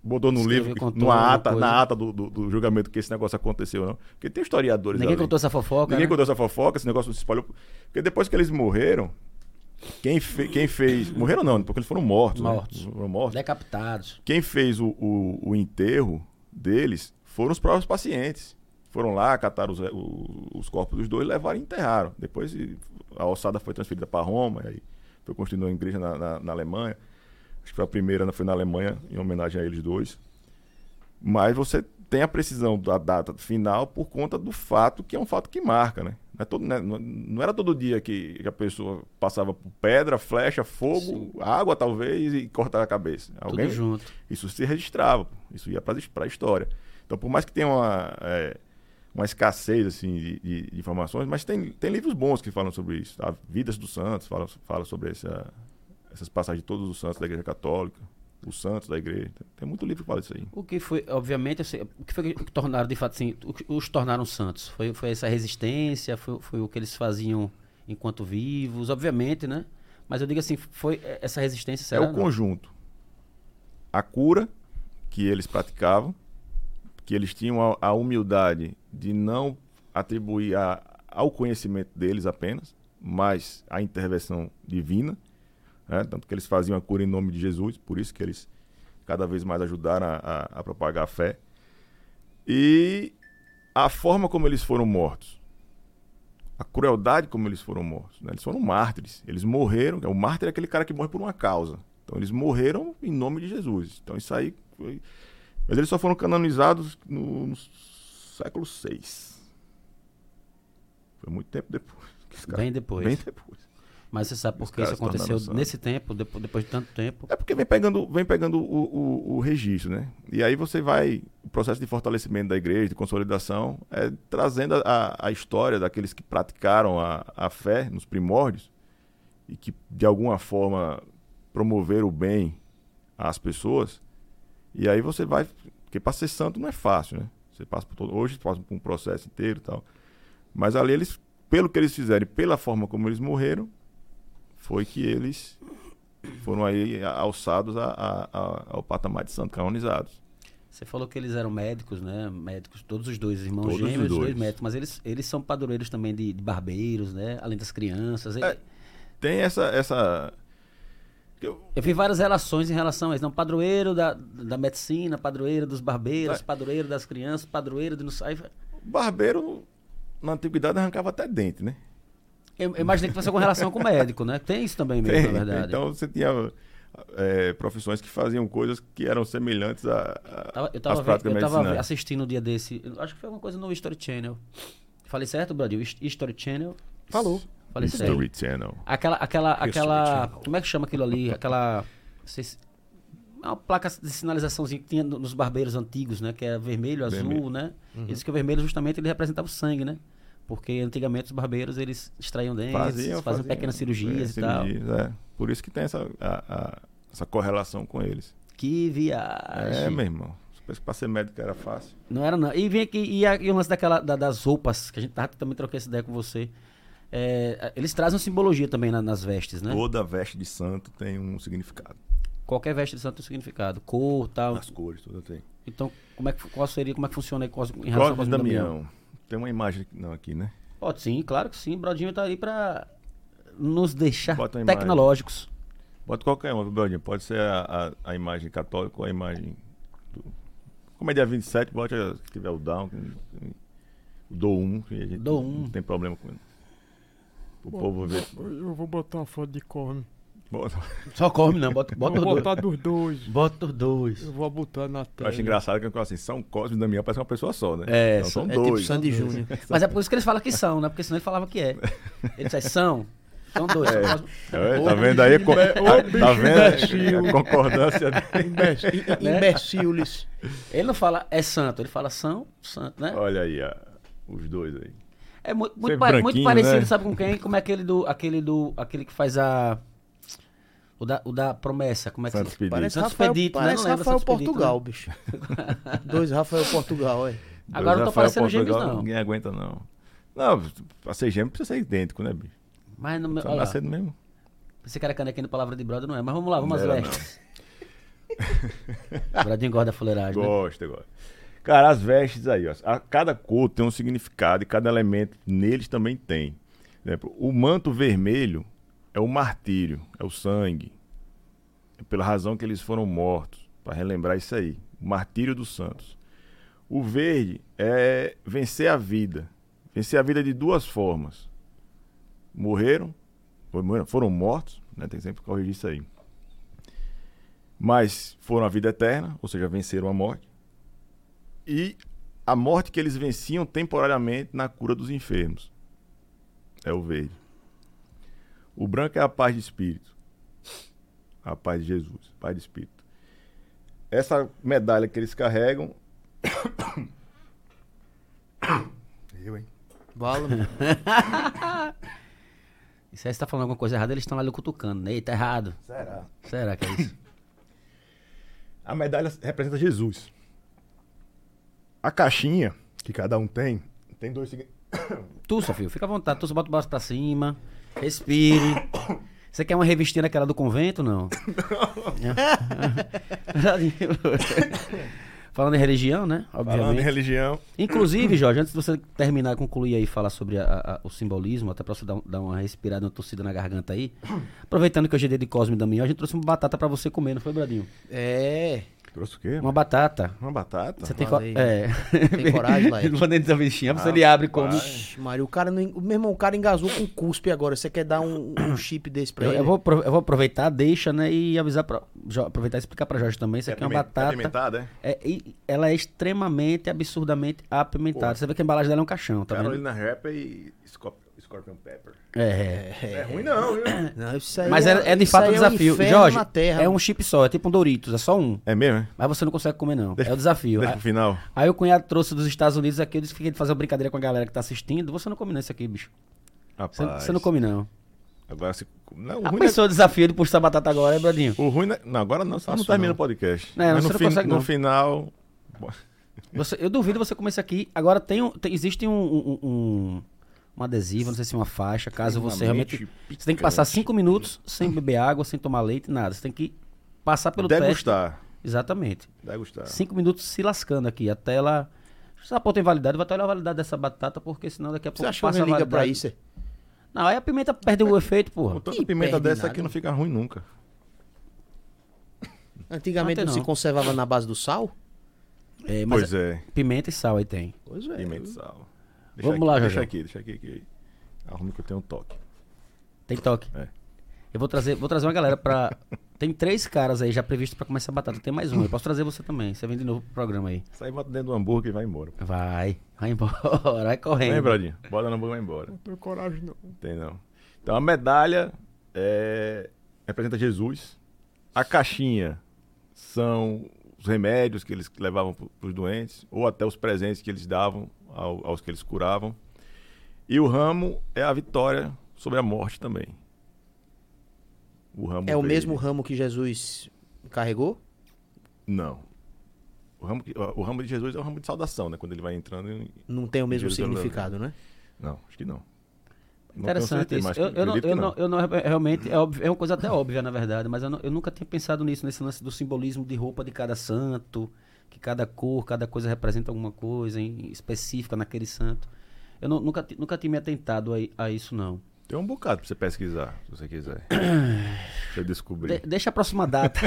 botou no
Escreveu,
livro,
contou
numa
alguma
ata,
coisa.
na ata do, do- do julgamento que esse negócio aconteceu, não. Porque tem historiadores
Ninguém
ali.
contou essa fofoca,
é, Ninguém
né?
contou essa fofoca, esse negócio não se espalhou. Porque depois que eles morreram, quem, fe- quem fez. Morreram não, porque eles foram mortos. né?
Mortos.
Foram mortos.
Decapitados.
Quem fez o, o- o enterro deles foram os próprios pacientes. Foram lá, cataram os, o- os corpos dos dois, levaram e enterraram. Depois e, a ossada foi transferida para Roma, e aí foi construída uma igreja na, na- na Alemanha. Acho que a primeira né, foi na Alemanha, em homenagem a eles dois. Mas você tem a precisão da data final por conta do fato que é um fato que marca, né? Não, é todo- né? Não- não era todo dia que que a pessoa passava por pedra, flecha, fogo, água talvez e cortava a cabeça. Alguém,
Tudo junto.
isso se registrava, pô. isso ia para a história. Então, por mais que tenha uma, é, uma escassez assim, de, de- de informações, mas tem, tem livros bons que falam sobre isso. Tá? Vidas dos Santos fala, fala sobre essa- essas passagens de todos os santos da Igreja Católica, os santos da Igreja. Tem, tem muito livro que fala disso aí.
O que foi, obviamente, assim, o que foi que que tornaram, de fato, assim, o que os tornaram santos? Foi, foi essa resistência, foi, foi o que eles faziam enquanto vivos, obviamente, né? Mas eu digo assim, foi essa resistência, será?
é o
Não.
conjunto. A cura que eles praticavam, que eles tinham a, a humildade de não atribuir a- ao conhecimento deles apenas, mas à intervenção divina. né? Tanto que eles faziam a cura em nome de Jesus, por isso que eles cada vez mais ajudaram a, a- a propagar a fé. E a forma como eles foram mortos. a crueldade como eles foram mortos. Né? Eles foram mártires. Eles morreram. O mártir é aquele cara que morre por uma causa. Então eles morreram em nome de Jesus. Então isso aí foi. Mas eles só foram canonizados no, no século VI. Foi muito tempo depois. que esse cara-
Bem depois.
Bem depois.
Mas você sabe por
Os
que isso
caras se tornaram
aconteceu
santos.
nesse tempo, depo- depois de tanto tempo?
É porque vem pegando, vem pegando o, o, o registro, né? E aí você vai. O processo de fortalecimento da igreja, de consolidação, é trazendo a- a, a história daqueles que praticaram a, a fé nos primórdios e que, de alguma forma, promoveram o bem às pessoas. E aí você vai. Porque para ser santo não é fácil, né? Você passa por todo. Hoje passa por um processo inteiro e tal. Mas ali eles, pelo que eles fizeram e pela forma como eles morreram, foi que eles foram aí a- alçados a- a- a- ao patamar de santo, canonizados.
Você falou que eles eram médicos, né? Médicos, todos os dois, irmãos
Todos os
gêmeos, os dois.
dois.
médicos. Mas eles, eles são padroeiros também de, de barbeiros, né? Além das crianças.
É.
Eu,
Tem essa. essa... que eu-
eu vi várias relações em relação a eles. Não, padroeiro da, da medicina, padroeiro dos barbeiros,
É.
padroeiro das crianças, padroeiro de não sei.
Barbeiro, na antiguidade, arrancava até dente, né?
Eu, eu imaginei que fosse alguma relação com o médico, né? Tem isso também mesmo,
Tem,
na verdade.
Então você tinha é, profissões que faziam coisas que eram semelhantes a- a-
Tava- eu
às
tava, vendo-
práticas
eu tava
medicinais.
assistindo um dia desse. eu Acho que foi alguma coisa no History Channel. Falei certo, Brasil? His- History Channel.
Falou.
Falei certo.
History Channel.
Aquela, aquela,
History
aquela.
Channel.
Como é que chama aquilo ali? Aquela. não sei se- é Uma placa de sinalizaçãozinha que tinha no- nos barbeiros antigos, né? Que era vermelho, azul,
Vermelho.
né? Eles que o vermelho justamente ele representava o sangue, né? Porque antigamente os barbeiros eles extraíam dentes, faziam, pequenas cirurgias e tal.
tal. É, Por isso que tem essa, a- a- essa correlação com eles.
Que
É,
viagem.
meu irmão. Se pensa que Pra ser médico era fácil.
Não era, não. E vem aqui, e, a- e o lance daquela, da- das roupas, que a gente tava- também troquei essa ideia com você. É, eles trazem simbologia também na- nas vestes, né?
Toda veste de santo tem um significado.
Qualquer veste de santo tem um significado. Cor, tal.
As cores, toda tem.
Então, como é que, qual seria, como é que funciona aí Cosmo- em relação ao
Cosme
Cosme
e
Damião?
Damião. Tem uma imagem aqui- não, aqui, né?
Ó, sim, claro que sim. Brodinho tá aí pra nos deixar
Bota a imagem.
tecnológicos.
Bota qualquer uma, viu, Beldinho. Pode ser a, a, a imagem católica ou a imagem. Do... Como é dia 27, bote a- se tiver o down. que- O do 1. Que a gente
Do um.
Não tem problema com ele. O
Bom,
povo vê.
Eu vou botar uma foto de Corme.
Bota.
Só come, não. Bota, bota
Vou
os dois.
botar dos dois.
Bota os dois.
Eu vou botar na
Eu
tela.
acho engraçado que eu falo assim: São Cosme e Damião parece uma pessoa só, né?
É,
então, são
É tipo
dois.
Sandy Júnior.
Mas é por isso que eles falam que são, né? Porque senão ele falava que é. Eles dizem, são. São dois. são Cosme-
É, tá vendo aí? Co-
Ô, bicho
tá vendo?
imbecil.
A concordância.
Imbécil.
Imbeciles.
Ele não fala é santo, ele fala são, santo, né?
Olha aí, ó, os dois aí.
É mu- muito,
Você
pa- muito
branquinho,
parecido,
né?
sabe com quem? Como é aquele do. Aquele do. Aquele que faz a. O da, o da promessa, como é que
Santos
se-
Pedro.
Parece
Santos
Rafael,
Pedito, né?
parece
Não lembra
Rafael
Santos né? Pedito,
Portugal, bicho. Dois Rafael Portugal, é. olha.
Agora não tô
Rafael
parecendo gêmeos,
Portugal,
não.
Ninguém aguenta, não. Não, pra ser gêmeo precisa ser idêntico, né, bicho?
Mas no meu.
Precisa
Olha lá,
nascer do mesmo.
pensei que era canequinha do Palavra de Brother, não é? Mas vamos lá, vamos às
Não era,
vestes. Brodinho gosta da fuleiragem, né?
Gosto, gosto. Cara, as vestes aí, ó. A- cada cor tem um significado e cada elemento neles também tem. Por exemplo, o manto vermelho é o martírio, é o sangue. É pela razão que eles foram mortos, para relembrar isso aí. O martírio dos santos. O verde é vencer a vida. Vencer a vida de duas formas. Morreram, foi- morreram, foram mortos, né? tem sempre que corrigir isso aí. Mas foram a vida eterna, ou seja, venceram a morte. E a morte que eles venciam temporariamente na cura dos enfermos. É o verde. O branco é a paz de espírito. A paz de Jesus, paz de espírito. Essa medalha que eles carregam. Eu, hein?
Bala.
E se aí você tá falando alguma coisa errada, eles estão lá lhe cutucando. né? Eita, errado.
Será?
Será que é isso?
A medalha representa Jesus. A caixinha que cada um tem tem dois significados.
Tu, seu filho, fica à vontade. Tu só bota o braço pra cima, respire. Você quer uma revistinha daquela do convento, não? Falando em religião, né?
Falando em
Obviamente.
religião.
Inclusive, Jorge, antes de você terminar, concluir aí, falar sobre a- a- o simbolismo, até pra você dar, um- dar uma respirada, uma torcida na garganta aí. Aproveitando que hoje é dia de Cosme e Damião, a gente trouxe uma batata pra você comer, não foi, Bradinho?
É.
Trouxe o quê?
Uma batata.
Uma batata?
Você tem,
Olha
co- é.
Tem coragem, Laerte?
Ele manda ele também encher, mas ele abre e come.
Rapaz.
Ixi, Mário, o cara não. en- Meu irmão, o cara engasou com cuspe agora. Você quer dar um, um chip desse pra
Eu,
ele?
eu vou, apro- eu vou aproveitar, deixa, né? E avisar pra, Jo- aproveitar e explicar pra Jorge também. Isso
É
aqui é uma
piment- é
batata.
Apimentada, é?
É, e ela é extremamente, absurdamente apimentada. Você vê que a embalagem dela é um caixão, tá vendo?
Carolina Rapper e Scor- Scorpion Pepper.
É.
É, ruim não, viu?
Não, isso aí
Mas é, é de
isso
fato um
aí é
desafio.
inferno
Jorge,
na terra,
é um chip só, é tipo um Doritos, é só um.
É mesmo, é?
Mas você não consegue comer, não. É o desafio.
Deixa
Aí,
pro final.
aí o cunhado trouxe dos Estados Unidos aqui, eu disse que fiquei de fazer uma brincadeira com a galera que tá assistindo. Você não come não isso aqui, bicho. Você,
Rapaz.
você não come, não.
Agora se... Não, o
Ah,
ruim
pensou o desafio de puxar batata agora, é, Bradinho?
não é... O ruim não é... Não, agora não, senão não
Faço
termina
não.
o podcast.
Não, É, você
Mas no,
não
fin-
consegue,
no
não.
final... Bo-
Você- eu duvido você comer isso aqui. Agora tem um, tem- existe um, um- um- um adesivo, não sei se uma faixa, caso você realmente.
Extremamente
Você tem que passar cinco minutos sem beber água, sem tomar leite, nada. Você tem que passar pelo teste.
Degustar.
Exatamente.
É.
Degustar.
Cinco minutos se lascando aqui, até ela. Essa porra tem validade, vai olhar a validade dessa batata, porque senão daqui a
Você
pouco
achou que
passa a
ele liga
validade.
pra isso? é?
Não, aí a pimenta perde o efeito,
Com
porra.
tanta
Ih,
pimenta
perde
dessa
nada.
aqui não fica ruim nunca.
Antigamente
Não
não,
tem
se
não.
conservava na base do sal?
É, mas
Pois é.
pimenta e sal aí tem.
Pois é.
Pimenta e sal.
Vamos
aqui,
lá,
Deixa
Jorge.
aqui, deixa aqui. que Arrume que eu tenho um toque.
Tem toque.
É.
Eu vou trazer, vou trazer uma galera pra. Tem três caras aí já previstos pra comer essa batata. Tem mais um. Eu posso trazer você também. Você vem de novo pro programa aí.
Sai, bota dentro do hambúrguer e vai embora.
Vai. Vai embora. Vai
Vem,
correndo.
Brodinho. Bota no hambúrguer e vai embora.
Não tenho coragem, não.
Tem não. Então a medalha é, representa Jesus. A caixinha são os remédios que eles levavam para os doentes, ou até os presentes que eles davam ao- aos que eles curavam. E o ramo é a vitória sobre a morte também. O ramo
É o
verde.
mesmo ramo que Jesus carregou?
Não. O ramo, que- o ramo de Jesus é o ramo de saudação, né? Quando ele vai entrando. em-
Não tem o mesmo
é
Jesus andando.
significado, né?
Não, acho que não. Não tenho
Interessante
certeza,
isso.
mas
Eu, eu não,
acredito que
eu, não, eu não- realmente, é, óbvio- é uma coisa até óbvia, na verdade, mas eu, não- eu nunca tinha pensado nisso, nesse lance do simbolismo de roupa de cada santo, que cada cor, cada coisa representa alguma coisa em- específica naquele santo. Eu não- nunca, ti- nunca tinha me atentado a, i- a isso, não.
Tem um bocado pra você pesquisar, se você quiser. Pra eu
De-
descobrir.
deixa a próxima data.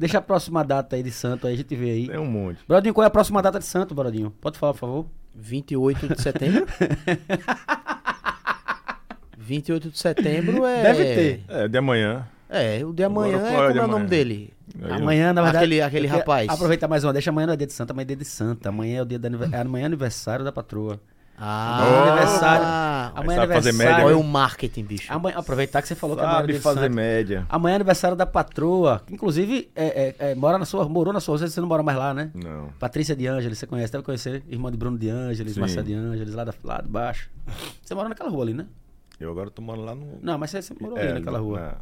deixa a próxima data aí de santo, aí a gente vê aí.
Tem um monte.
Brodinho, qual é a próxima data de santo, Brodinho? Pode falar, por favor?
28 de setembro? 28 de setembro é.
Deve ter.
É, de amanhã.
É, o de amanhã
Agora,
é
qual
como
é o de
é o nome
amanhã?
dele?
Aí,
Amanhã, na verdade.
Aquele- aquele
eu queria
rapaz.
Aproveitar mais uma. Deixa amanhã não é dia de santa, amanhã é dia de santa. Amanhã é o dia da anive- amanhã é aniversário da patroa.
Ah,
Oh!
aniversário.
Amanhã é
sabe fazer
aniversário.
Ah, Olha o marketing, bicho.
Amanhã- aproveitar que você falou que amanhã é
Sabe
dia de
fazer
santo.
média.
Amanhã é aniversário da patroa. que Inclusive, é, é, é, mora na sua, morou na sua residência, você não mora mais lá, né?
Não.
Patrícia de Ângeles, você conhece, deve conhecer. Irmã de Bruno de Ângeles,
Sim.
Marcia de Ângeles, lá, da, lá de baixo. Você mora naquela rua ali, né?
Eu agora tô morando lá no.
Não, mas você, você morou
É,
ali naquela
na-
rua.
na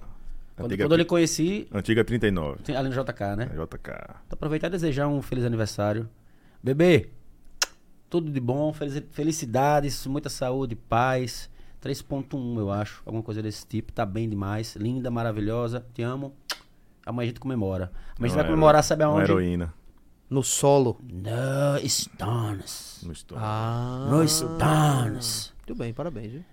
Quando,
Antiga,
quando eu lhe conheci,
Antiga 39.
tem- ali no JK, né?
na JK.
Então, aproveitar e desejar um feliz aniversário. Bebê, tudo de bom, feliz- felicidades, muita saúde, paz. 3.1, eu acho, alguma coisa desse tipo. Tá bem demais, linda, maravilhosa, te amo. Amanhã a gente comemora. Amanhã a gente vai comemorar, sabe
é Uma
aonde?
heroína.
No solo.
No Stones.
No estômago.
Ah.
No Stones.
Muito bem, parabéns, viu?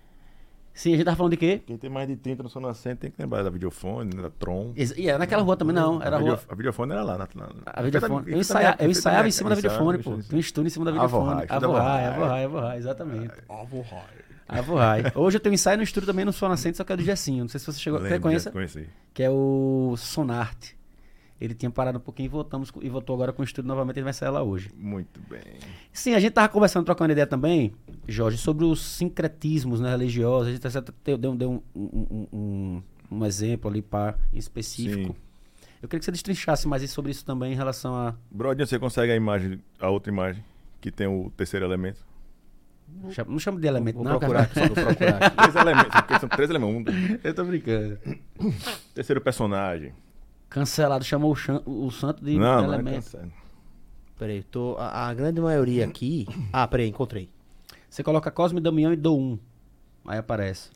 Sim, a gente tava falando de quê?
Quem tem mais de 30 no São Nascente tem que lembrar da videofone, né, da Tron.
Ex- E era naquela rua também, não. Era
a,
a rua.
a videofone era lá na. na
A videofone. Eu, ensaia, eu ensaiava em cima da videofone, pô. Tem um estúdio em cima da
Avorrai,
videofone.
estuda
Avorrai,
Avorrai.
avorrai, avorrai, exatamente. Avorrai. Hoje eu tenho um ensaio no estúdio também, no Sol Nascente, só que é do Gessinho. Não sei se você chegou. Você conhece?
Conheci.
Que é o Sonarte. Ele tinha parado um pouquinho e voltamos com- e voltou agora com o estúdio novamente. Ele vai sair lá hoje.
Muito bem.
Sim, a gente tava conversando, trocando ideia também, Jorge, sobre os sincretismos né, religiosos. A gente até deu, deu- deu um, um- um- um- um exemplo ali pá, em específico.
Sim.
Eu queria que você destrinchasse mais sobre isso também em relação a.
Brodinho, você consegue a imagem, a outra imagem, que tem o terceiro elemento?
Chama- Não chama de elemento,
Vou
não,
procurar
cara.
aqui, só vou procurar aqui.
Três elementos, porque são três elementos. Um
Eu tô brincando.
terceiro personagem.
Cancelado, chamou o, chan- o santo de
não, não é
elemento.
cansado.
Peraí, eu tô. A, a grande maioria aqui. Ah, peraí, encontrei.
você coloca Cosme e Damião e dou um. Aí aparece.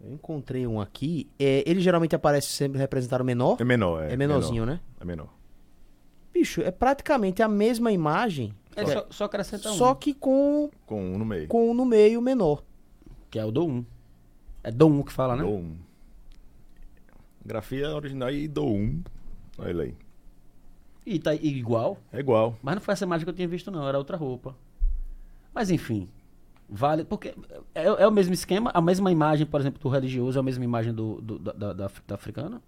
Eu encontrei um aqui. É, ele geralmente aparece sempre representado menor.
É menor, é.
É menorzinho, né?
É menor.
Bicho, é praticamente a mesma imagem,
É, só, só acrescenta um.
só que com
Com um no meio.
com um no meio menor.
Que é o dou um. É dou um que fala, né?
Dou um. Grafia original e dou um. Olha ele aí.
E tá igual.
É igual.
Mas não foi essa imagem que eu tinha visto, não. Era outra roupa. Mas enfim. Vale. Porque é, é o mesmo esquema, a mesma imagem, por exemplo, do religioso é a mesma imagem do, do- da, da- da af- da africana.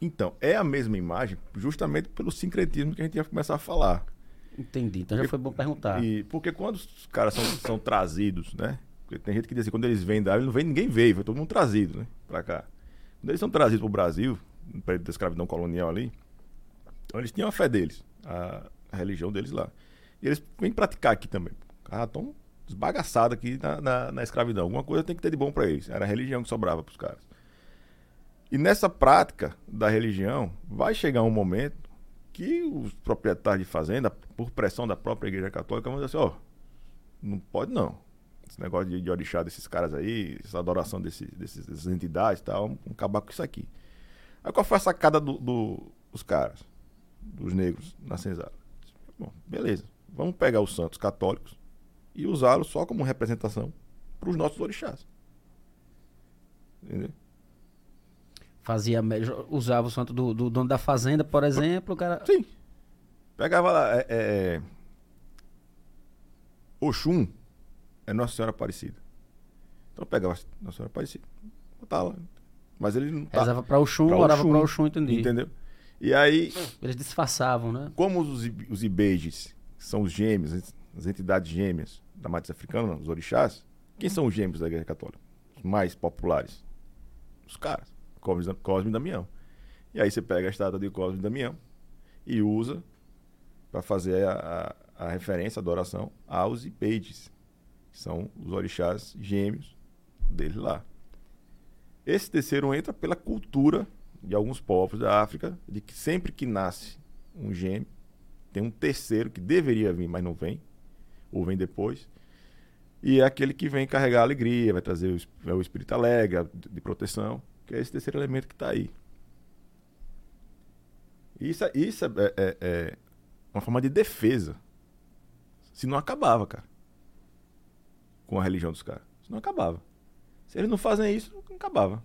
Então, é a mesma imagem justamente pelo sincretismo que a gente ia começar a falar.
Entendi. Então já foi bom perguntar.
E, porque quando os caras são, são trazidos, né? Porque tem gente que diz assim, quando eles vêm da África, não vem, ninguém veio, foi todo mundo trazido, né? Pra cá. Quando eles são trazidos pro Brasil, no período da escravidão colonial ali, então eles tinham a fé deles, a religião deles lá. E eles vêm praticar aqui também. Ah, estão desbagaçados aqui na, na, na escravidão. Alguma coisa tem que ter de bom pra eles. Era a religião que sobrava pros caras. E nessa prática da religião, vai chegar um momento que os proprietários de fazenda, por pressão da própria Igreja Católica, vão dizer assim: ó, não pode não. Esse negócio de, de orixá desses caras aí, essa adoração desse, desses, dessas entidades e tal, vamos acabar com isso aqui. Aí qual foi a sacada do- do- dos caras, dos negros na senzala? Bom, beleza, vamos pegar os santos católicos e usá-los só como representação para os nossos orixás. Entendeu?
Fazia. me- Usava o santo do, do dono da fazenda, por exemplo. O cara.
Sim. Pegava lá. É, é, Oxum é Nossa Senhora Aparecida. Então eu pegava Nossa Senhora Aparecida. Botava lá. Mas ele não tá.
Rezava pra Oxum,
Pra
orava
Oxum,
pra Oxum, entendi.
Entendeu? E aí,
Eles disfarçavam, né?
como os, i- os Ibejes são os gêmeos, as entidades gêmeas da matriz africana, os orixás, quem são os gêmeos da Igreja Católica? Os mais populares? Os caras. Cosme, Cosme e Damião. E aí você pega a estátua de Cosme e Damião e usa para fazer a, a- a referência, a adoração aos Ibejes, que são os orixás gêmeos dele lá. Esse terceiro entra pela cultura de alguns povos da África, de que sempre que nasce um gêmeo, tem um terceiro que deveria vir, mas não vem, ou vem depois. E é aquele que vem carregar a alegria, vai trazer o, es- é o espírito alegre, a- de proteção, que é esse terceiro elemento que está aí. Isso, é- isso é, é- é uma forma de defesa. Se não acabava, cara, com a religião dos caras. Se não acabava. Se eles não fazem isso, não acabava.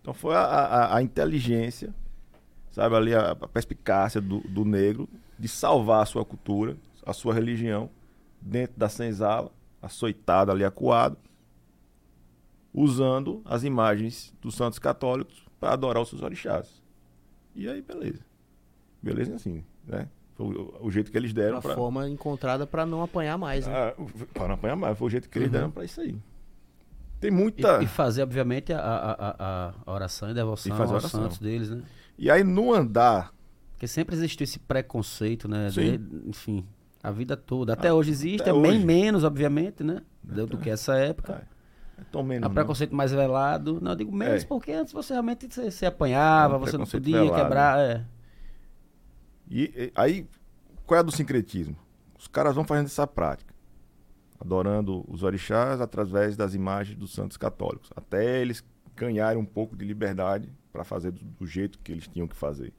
Então foi a- a- a inteligência sabe ali a, a perspicácia do, do negro de salvar a sua cultura, a sua religião dentro da senzala, açoitado ali acuado, usando as imagens dos santos católicos para adorar os seus orixás. E aí beleza. Beleza assim, né? Foi o, o jeito que eles
Era
deram
uma
para
forma encontrada pra não apanhar mais, né?
Ah, para não apanhar mais, foi o jeito que eles
Ah, Uhum.
deram para isso aí. Tem
E,
muita
e fazer, obviamente, a, a, a- a- a oração e devoção
Tá. E fazer
aos
oração.
santos deles, né?
E aí no andar,
Porque sempre existiu esse preconceito, né?
Sim. Ah,
De- enfim, a vida toda. Até hoje existe,
até
é bem
hoje. Ah,
menos, obviamente, né? Do, do que essa época.
tomei
Há preconceito mais velado. Não, eu digo menos
É.
porque antes você realmente se, se apanhava,
É um
você não
preconceito
podia
velado.
quebrar. é.
E, e, aí, qual é a do sincretismo? Os caras vão fazendo essa prática, adorando os orixás através das imagens dos santos católicos, até eles ganharem um pouco de liberdade para fazer do, do jeito que eles tinham que fazer.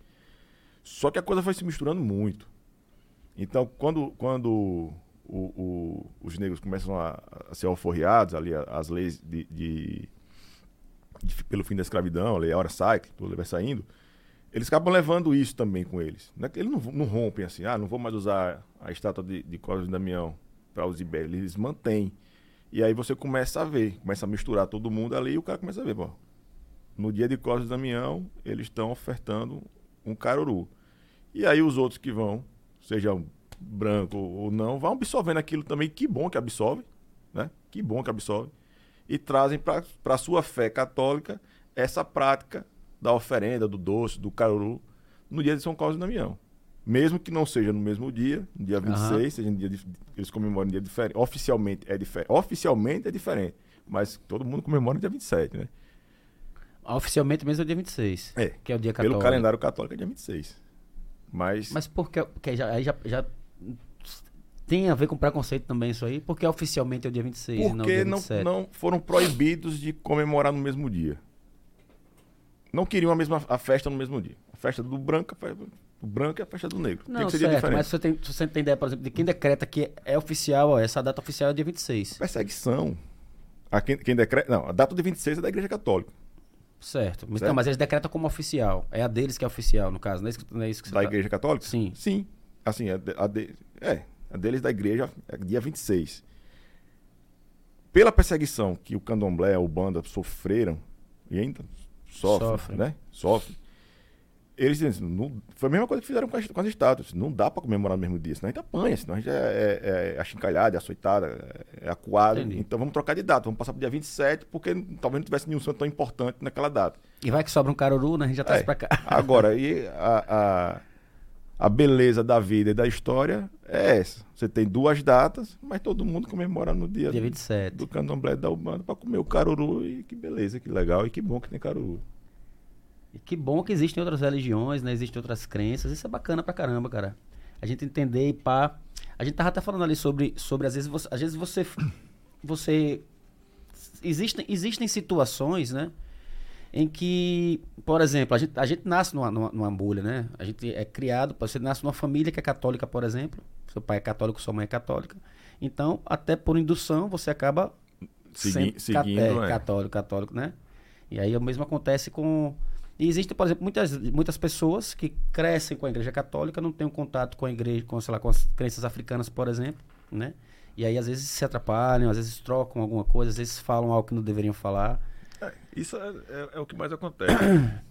Só que a coisa foi se misturando muito. Então, quando, quando o- o- os negros começam a, a ser alforriados ali, a- as leis de, de- de- pelo fim da escravidão, a lei hora sai, que tudo vai saindo, eles acabam levando isso também com eles. Não é que Eles não, vo- não rompem assim, ah, não vou mais usar a estátua de, de Cosme e Damião para os Ibérios. Eles mantêm. E aí você começa a ver, começa a misturar todo mundo ali e o cara começa a ver, bom, no dia de Cosme e Damião, eles estão ofertando um caruru. E aí os outros que vão, seja um branco ou não, vão absorvendo aquilo também. Que bom que absorve, né? Que bom que absorve. E trazem para a sua fé católica essa prática da oferenda, do doce, do caruru, no dia de São Cosme e Damião. Mesmo que não seja no mesmo dia, no dia 26, seja no dia dif- eles comemoram um dia diferente. Oficialmente é diferente. Oficialmente é diferente. Mas todo mundo comemora no dia 27, né?
Oficialmente mesmo é o dia 26.
É,
Que é o dia
Pelo
14.
calendário católico é dia 26. Mas,
Mas porque, porque já, aí já, já tem a ver com preconceito também isso aí? Porque oficialmente é o dia 26 e não o
porque
dia
não,
27.
não foram proibidos de comemorar no mesmo dia. Não queriam a mesma a festa no mesmo dia. A festa do branco, a fe- o branco é a festa do negro.
Não,
Tem que ser dia
certo,
diferente.
mas você tem, você tem ideia, por exemplo, de quem decreta que é oficial, ó, essa data oficial é dia 26.
Perseguição. A quem, quem decreta, não, a data de 26 é da Igreja Católica.
Certo. Mas,
Certo?
Não, mas eles decretam como oficial. É a deles que é oficial, no caso. Não é isso que, não é isso que você
Da
tá-
Igreja Católica?
Sim.
Sim. Assim, a, de- a de- é, a deles da Igreja é dia 26. Pela perseguição que o candomblé, o banda sofreram, e ainda sofrem,
Sofrem.
né? Sofrem. Eles dizem assim, não, foi a mesma coisa que fizeram com as, com as estátuas. Não dá para comemorar no mesmo dia, senão a gente apanha, senão a gente é, é, é achincalhado, é açoitado, é, é acuado.
Entendi.
Então vamos trocar de data, vamos passar para dia 27, porque talvez não tivesse nenhum santo tão importante naquela data.
E vai que sobra um caruru, né? A gente já traz
É.
pra cá.
Agora, e a, a, a beleza da vida e da história é essa. Você tem duas datas, mas todo mundo comemora no dia,
Dia 27.
do candomblé da Umbanda pra comer o caruru e que beleza, que legal e que bom que tem caruru.
E que bom que existem outras religiões, né? Existem outras crenças. Isso é bacana pra caramba, cara. A gente entender e pá. A gente tava até falando ali sobre, sobre às vezes você, às vezes você você existem existem situações, né? Em que, por exemplo, a gente, a gente nasce numa, numa, numa bolha, né? A gente é criado, você nasce numa família que é católica, por exemplo. Seu pai é católico, sua mãe é católica. Então, até por indução, você acaba
Segui-
sendo ca-
seguindo,
é,
é.
católico, católico, né? E aí o mesmo acontece com. E existe, por exemplo, muitas, muitas pessoas que crescem com a igreja católica, não têm um contato com a igreja, com, sei lá, com as crenças africanas, por exemplo, né? E aí às vezes se atrapalham, às vezes trocam alguma coisa, às vezes falam algo que não deveriam falar.
Isso é, é- é o que mais acontece.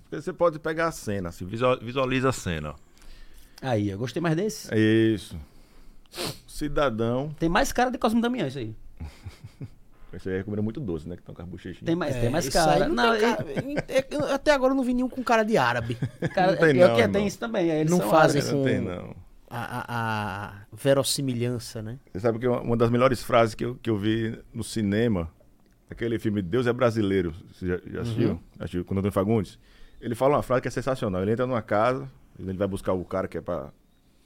Porque você pode pegar a cena, se visualiza a cena.
Aí, eu gostei mais desse.
Isso. Cidadão.
Tem mais cara de Cosmo Damião isso aí.
Isso aí é comida muito doce, né? Que tá com as bochechinhas.
Tem mais,
É,
Ah, tem mais
isso aí
cara.
não
Não,
tem
e-
cara- é- eu- até agora eu não vi nenhum com cara de árabe.
cara,
Não tem
é, é
não,
que tem
irmão.
isso também. Eles
Não
são
fazem.
árabes.
Não tem,
com-
não.
A, a- a verossimilhança, né?
Você sabe que uma uma das melhores frases que eu, que eu vi no cinema, aquele filme Deus é Brasileiro, você já, já assistiu?
Uhum.
Assistiu com o Antônio Fagundes? Ele fala uma frase que é sensacional. Ele entra numa casa, ele vai buscar o cara que é pra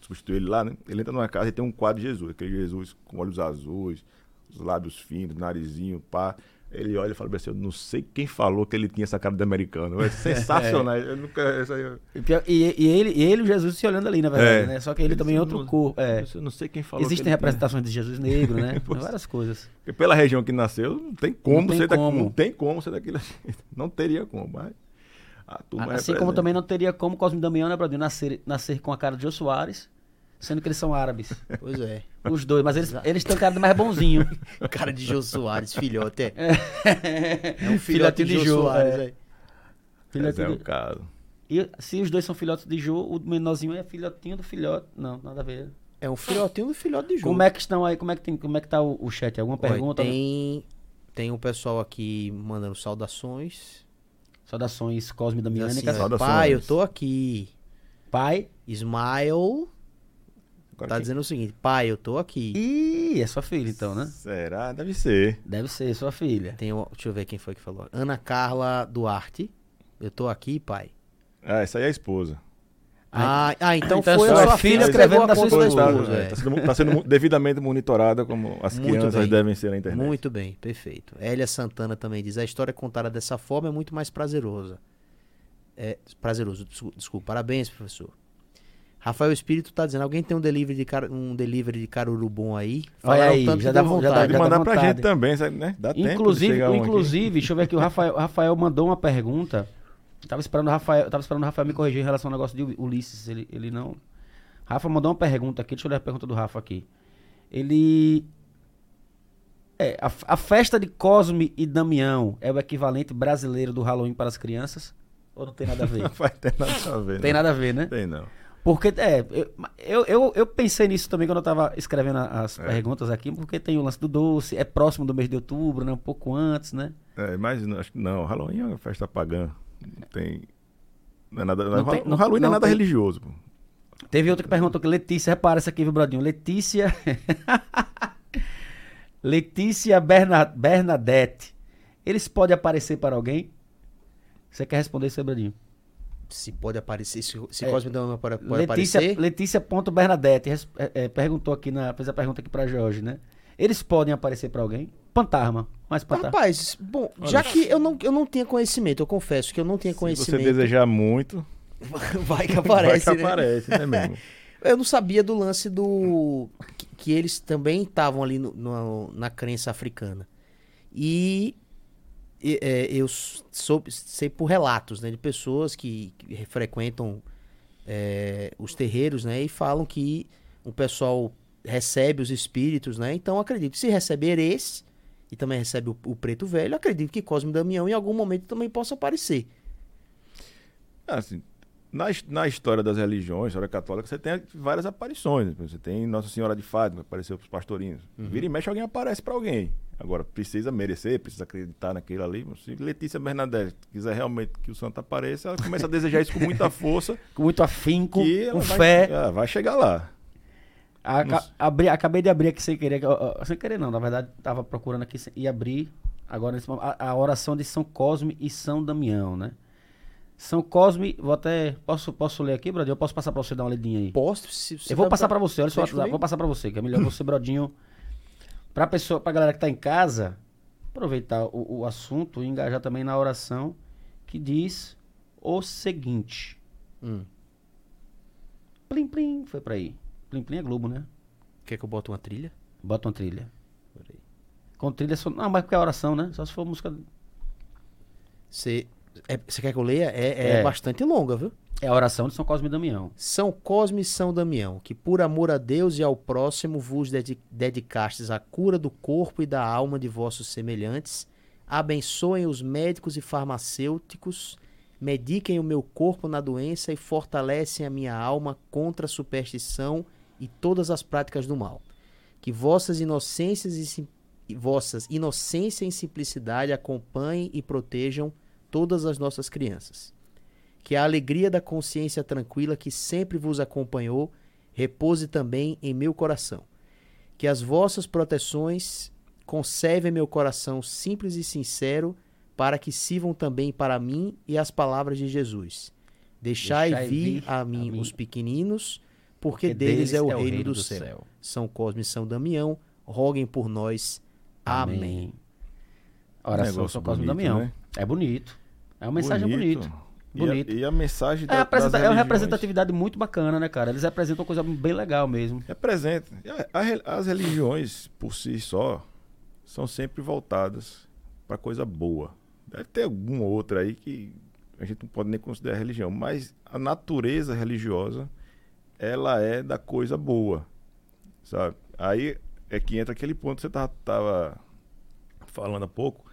substituir ele lá, né? Ele entra numa casa e tem um quadro de Jesus, aquele Jesus com olhos azuis, os lábios finos, narizinho, pá. Ele olha e fala pra você, eu não sei quem falou que ele tinha essa cara de americano. É sensacional. Eu nunca... Essa, aí eu,
E, pior- e- e ele, e ele e o Jesus se olhando ali, na verdade,
É.
né? Só que ele também é outro
Não-
corpo. É.
eu não sei quem falou que
Existem
ele tinha.
representações de Jesus negro, né?
Pois.
Várias coisas.
Porque pela região que nasceu, não tem como
Não tem
ser daquilo.
como.
Não tem como ser daquilo. Não teria como, mas. A turma
assim
representa.
como também não teria como Cosme e Damião, né, Bradinho, nascer, nascer com a cara de Jô Soares, sendo que eles são árabes.
Pois é.
Os dois, mas eles, eles têm um cara de mais bonzinho.
Cara de Jô Soares, filhote. É,
É,
é um filhote de Jô, Soares.
é.
é.
Mas
Filhote
é o
de-
caso.
E se os dois são filhotes de Jô, o menorzinho é filhotinho do filhote. Não, nada a ver.
É um filhotinho do filhote de Jô.
Como é que estão aí? Como é que, tem, como é que tá o, o chat? Alguma
Olha,
pergunta? né?
Tem, tem um pessoal aqui mandando saudações.
Saudações Cosme e
Diz Assim,
Damiânicas.
Miânica,
ó,
saudações.
pai, eu tô aqui.
Pai.
Ismael
Agora,
tá
quem-
dizendo o seguinte: pai, eu tô aqui.
Ih, é sua filha então, né?
Será? Deve ser.
Deve ser sua filha.
Tem, o- deixa eu ver quem foi que falou. Ana Carla Duarte. Eu tô aqui, pai.
Ah, essa aí é a esposa.
Ah, ah, então,
então
foi
sua
a sua
filha
filha que
escrevendo
levou é a
na sua
conta da
esposa,
esposa.
Está sendo, tá sendo mu- devidamente monitorada como as
Muito
crianças
bem.
devem ser na
é.
internet.
Muito bem, perfeito. Hélia Santana também diz: a história contada dessa forma é muito mais prazerosa. É, prazeroso, descu- desculpa. Parabéns, professor. Rafael Espírito tá dizendo: alguém tem um delivery de, car um delivery de caruru bom aí?
Olha
Falaram
aí,
tanto
já
que
dá
deu
vontade,
Pode
já dá
Tá mandar pra
vontade.
gente também, sabe, né? Dá tempo de
Inclusive,
chegar um aqui.
inclusive deixa eu ver aqui, o Rafael, Rafael mandou uma pergunta. Eu tava esperando o Rafael, eu tava esperando o Rafael me corrigir em relação ao negócio de Ulisses, ele, ele não. Rafa mandou uma pergunta aqui, deixa eu ler a pergunta do Rafa aqui. Ele é, a, a festa de Cosme e Damião é o equivalente brasileiro do Halloween para as crianças? Ou não tem nada a ver?
Não vai ter nada a ver.
tem
não.
nada a ver, né?
Tem não.
Porque, é, eu, eu, eu pensei nisso também quando eu tava escrevendo a- as
É.
perguntas aqui, porque tem o lance do doce, é próximo do mês de outubro, né? Um pouco antes, né?
É, mas não, acho que não. Halloween é uma festa pagã. Não tem. Não é nada,
Não tem-
o
não-
Halloween não,
não
é nada
tem-
religioso. Pô.
Teve outra que perguntou que Letícia, repara essa aqui, viu, Brodinho? Letícia. Letícia Berna- Bernadette. Eles podem aparecer para alguém? Você quer responder isso aí, Brodinho?
Se pode aparecer, se, se
É.
Cosme Dama pode, pode
Letícia,
aparecer.
Letícia ponto Bernadette res- é, é, perguntou aqui na fez a pergunta aqui para Jorge, né? Eles podem aparecer para alguém? Pantarma, mais Pantarma.
Rapaz, bom, já que eu não, eu não tinha conhecimento, eu confesso que eu não tinha
Se você
conhecimento.
desejar muito,
Vai que aparece,
vai que
né?
aparece, né, mesmo?
Eu não sabia do lance do. que, que eles também estavam ali no- no- na crença africana. E e, é, eu soube, sei por relatos né, de pessoas que, que frequentam é, os terreiros né, e falam que o pessoal recebe os espíritos, né? Então acredito que se receber esse e também recebe o, o preto velho, acredito que Cosme e Damião em algum momento também possa aparecer.
Assim, na, his- na história das religiões, história católica, você tem várias aparições. né? Você tem Nossa Senhora de Fátima, que apareceu para os pastorinhos.
Uhum.
Vira e mexe, alguém aparece para alguém. Agora, precisa merecer, precisa acreditar naquilo ali. Se Letícia Bernadette quiser realmente que o santo apareça, ela começa a desejar isso com muita força.
Com muito afinco,
que ela
com
vai-
fé.
ela vai chegar lá.
Aca-
Nossa.
abri- acabei de abrir aqui sem querer. que- ó, ó, Sem querer, não. Na verdade, estava procurando aqui sem- e abri agora nesse momento, a, a oração de São Cosme e São Damião, né? São Cosme, vou até. Posso, posso ler aqui, Brodinho? Eu posso passar para você dar uma lidinha aí?
Posto, se, se
Eu vou
dá
passar para você, olha só,
Deixa
WhatsApp,
comigo.
vou passar para você, que é melhor você, Brodinho. Para pessoa, pra galera que tá em casa, aproveitar o, o assunto e engajar também na oração que diz o seguinte.
Hum.
Plim plim, foi para aí. Plim plim é Globo, né?
Quer que eu bote uma trilha?
Bota uma trilha. Com trilha sonora. Não, mas porque é oração, né? Só se for música.
Você é- você quer que eu leia? É, é
É.
bastante longa, viu?
É a oração de São Cosme e Damião.
São Cosme e São Damião, que por amor a Deus e ao próximo vos dedi- dedicastes à cura do corpo e da alma de vossos semelhantes, abençoem os médicos e farmacêuticos, mediquem o meu corpo na doença e fortalecem a minha alma contra a superstição e todas as práticas do mal. Que vossas inocências e, sim- e vossas inocência e simplicidade acompanhem e protejam todas as nossas crianças que a alegria da consciência tranquila que sempre vos acompanhou repouse também em meu coração. Que as vossas proteções conservem meu coração simples e sincero, para que sirvam também para mim e as palavras de Jesus. Deixai,
Deixai
vir, a mim, os pequeninos, porque, deles, é o reino, do, céu. São Cosme e São Damião, roguem por nós. Amém.
Oração de
Negócio
São Cosme e
bonito,
Damião.
né?
É bonito. É uma mensagem bonita.
E a-
Bonito.
E a, mensagem
É,
da,
a
das
representa- é uma
religiões.
representatividade muito bacana, né, cara? Eles representam uma coisa bem legal mesmo.
Representa. É E a- a re- as religiões, por si só, são sempre voltadas para coisa boa. Deve ter alguma outra aí que a gente não pode nem considerar religião, mas a natureza religiosa, ela é da coisa boa, sabe? Aí é que entra aquele ponto que você tava, tava falando há pouco,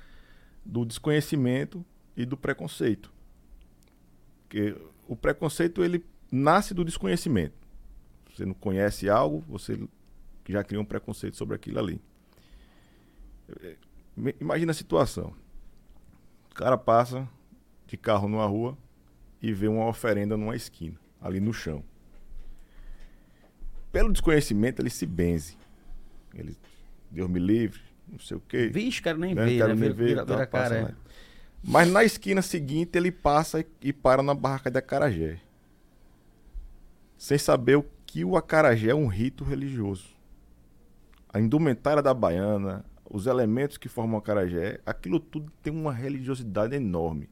do desconhecimento e do preconceito. Porque o preconceito, ele nasce do desconhecimento você não conhece algo, você já cria um preconceito sobre aquilo ali. Eh, me- Imagina a situação. O cara passa de carro numa rua e vê uma oferenda numa esquina, ali no chão. Pelo desconhecimento, ele se benze. Ele, Deus me livre, não sei o quê.
Vixe, quero nem
né?
ver,
Quero
né?
me
Vira,
ver,
vira,
tal,
vira
passa
cara.
lá.
é.
Mas na esquina seguinte ele passa e- e para na barraca de acarajé. Sem saber o que o acarajé é um rito religioso. A indumentária da baiana, os elementos que formam o acarajé, aquilo tudo tem uma religiosidade enorme.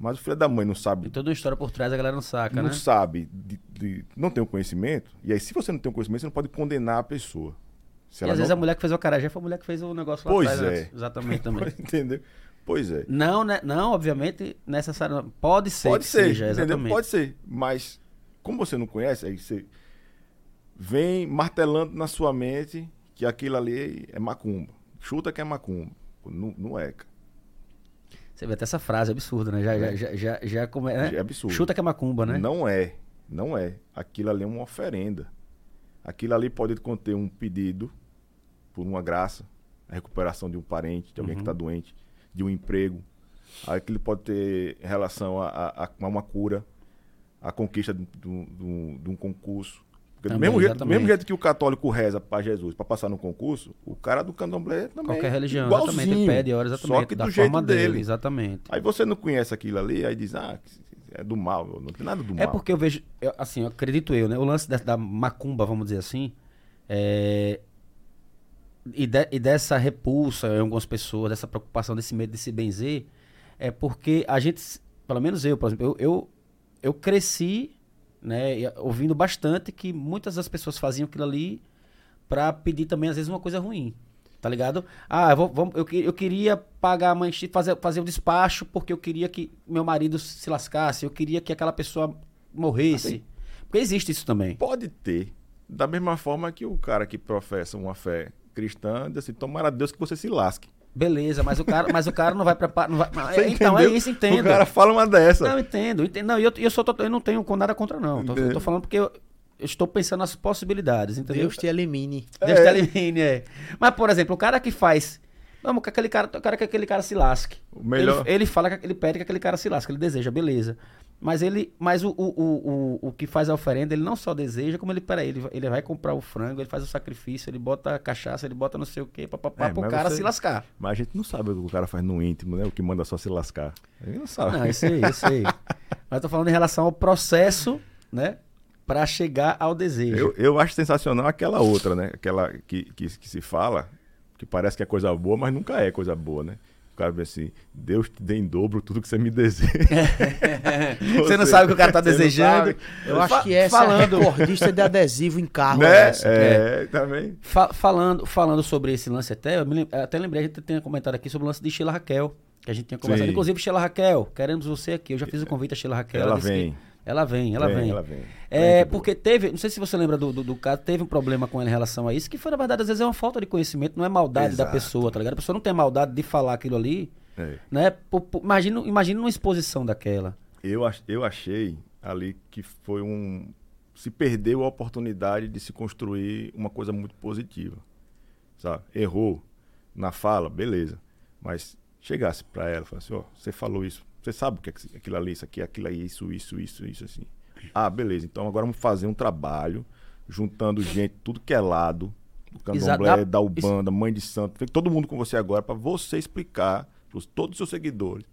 Mas o filho da mãe não sabe
Tem toda uma história por trás, a galera não saca,
não
Então, né?
sabe, de- de- não tem o conhecimento, e aí se você não tem o conhecimento, você não pode condenar a pessoa.
E
Se
às
ela
vezes a
não...
mulher que fez o acarajé foi a mulher que fez o negócio lá
Pois
atrás.
é.
né? Exatamente também.
Entendeu? Pois é.
Não, né? Não, obviamente, necessariamente. Pode ser.
Pode
que
ser,
seja,
entendeu?
exatamente.
Pode ser, mas como você não conhece, aí você vem martelando na sua mente que aquilo ali é macumba. Chuta que é macumba. Não, não é. cara.
Você vê até essa frase absurda, né? Já, já, já, já, já come... né?
É absurdo.
Chuta que é macumba, né?
Não é. Não é. Aquilo ali é uma oferenda. Aquilo ali pode conter um pedido por uma graça, a recuperação de um parente, de
Uhum.
alguém que está doente, de um emprego. Aquilo pode ter relação a, a- a uma cura, a conquista de, de um- de um- de um concurso. Porque do
Também,
mesmo jeito, do
exatamente.
mesmo jeito que o católico reza para Jesus para passar no concurso, o cara do candomblé também.
Qualquer religião,
é. igualzinho,
exatamente. Ele pede hora, exatamente.
Só que
da
do
forma
jeito dele.
Exatamente.
Aí você não conhece aquilo ali, aí diz, ah, é do mal, não tem nada do
É
mal.
porque eu vejo, eu- assim, eu acredito eu, né? O lance da, da macumba, vamos dizer assim, é, e, de- e dessa repulsa em algumas pessoas, dessa preocupação, desse medo de se benzer, é porque a gente, s- pelo menos eu, por exemplo, eu, eu, eu cresci, né, e- ouvindo bastante que muitas das pessoas faziam aquilo ali pra pedir também, às vezes, uma coisa ruim. Tá ligado? Ah, eu, vou- vamos- eu, que- eu queria pagar a manchete, fazer, fazer um despacho porque eu queria que meu marido se lascasse, eu queria que aquela pessoa morresse. Porque existe isso também.
Pode ter. Da mesma forma que o cara que professa uma fé cristã diz assim, tomara a Deus que você se lasque.
Beleza, mas o cara, mas o cara não vai preparar. Não vai,
Você
então é
entendeu?
isso, entendo.
O cara fala uma dessa.
Não, eu entendo, eu entendo. Não, e eu, eu, só tô- eu não tenho com nada contra, não. Tô,
Entendo.
tô falando porque eu, eu estou pensando nas possibilidades, entendeu?
Deus te elimine.
Deus te elimine, é. Mas, por exemplo, o cara que faz. Vamos, que aquele cara, o cara que aquele cara se lasque.
O melhor-
Ele, ele fala que ele pede que aquele cara se lasque, ele deseja, beleza. Mas ele. Mas o, o, o, o, o que faz a oferenda, ele não só deseja, como ele, peraí, ele, vai- ele vai comprar o frango, ele faz o sacrifício, ele bota a cachaça, ele bota não sei o quê, papapá,
É,
pro
mas
cara
você-
se lascar.
Mas a gente não sabe o que o cara faz no íntimo, né? O que manda só se lascar. A gente não sabe.
Não, é isso aí, isso aí. Mas eu tô falando em relação ao processo, né? Pra chegar ao desejo.
Eu, eu acho sensacional aquela outra, né? Aquela que, que, que se fala, que parece que é coisa boa, mas nunca é coisa boa, né? O cara vê assim, Deus te dê em dobro tudo que você me
É,
deseja. Né?
Você não sabe o que o cara tá
Você não
desejando.
sabe.
Eu
Fa-
acho que essa
falando-
é a recordista de adesivo em carro.
né?
essa.
É, também.
Fa- falando, falando sobre esse lance até, eu me lem- até lembrei, a gente tinha comentado aqui sobre o lance de Sheila Raquel, que a gente tinha conversado.
Sim. É,
Inclusive, Sheila Raquel, queremos você aqui. Eu já fiz o convite a Sheila Raquel.
Ela
disse que-
vem.
Ela vem, ela
Vem,
vem.
ela vem.
É,
Gente boa.
porque teve, não sei se você lembra do, do, do caso, teve um problema com ela em relação a isso, que foi, na verdade, às vezes é uma falta de conhecimento, não é maldade da
Exato.
pessoa, tá ligado? A pessoa não tem maldade de falar aquilo ali,
É.
né? Por- por- imagina, imagina uma exposição daquela.
Eu, ach- eu achei ali que foi um. Se perdeu a oportunidade de se construir uma coisa muito positiva. Sabe? Errou na fala, beleza. Mas chegasse para ela e falasse: Ó, você falou isso. Você sabe o que é que se- aquilo ali, isso aqui, aquilo aí, isso, isso, isso, isso, assim. Ah, beleza. Então agora vamos fazer um trabalho juntando gente, tudo que é lado. Do
Exato.
candomblé,
Dá-
da Ubanda, mãe de santo. tem Todo mundo com você agora para você explicar para todos os seus seguidores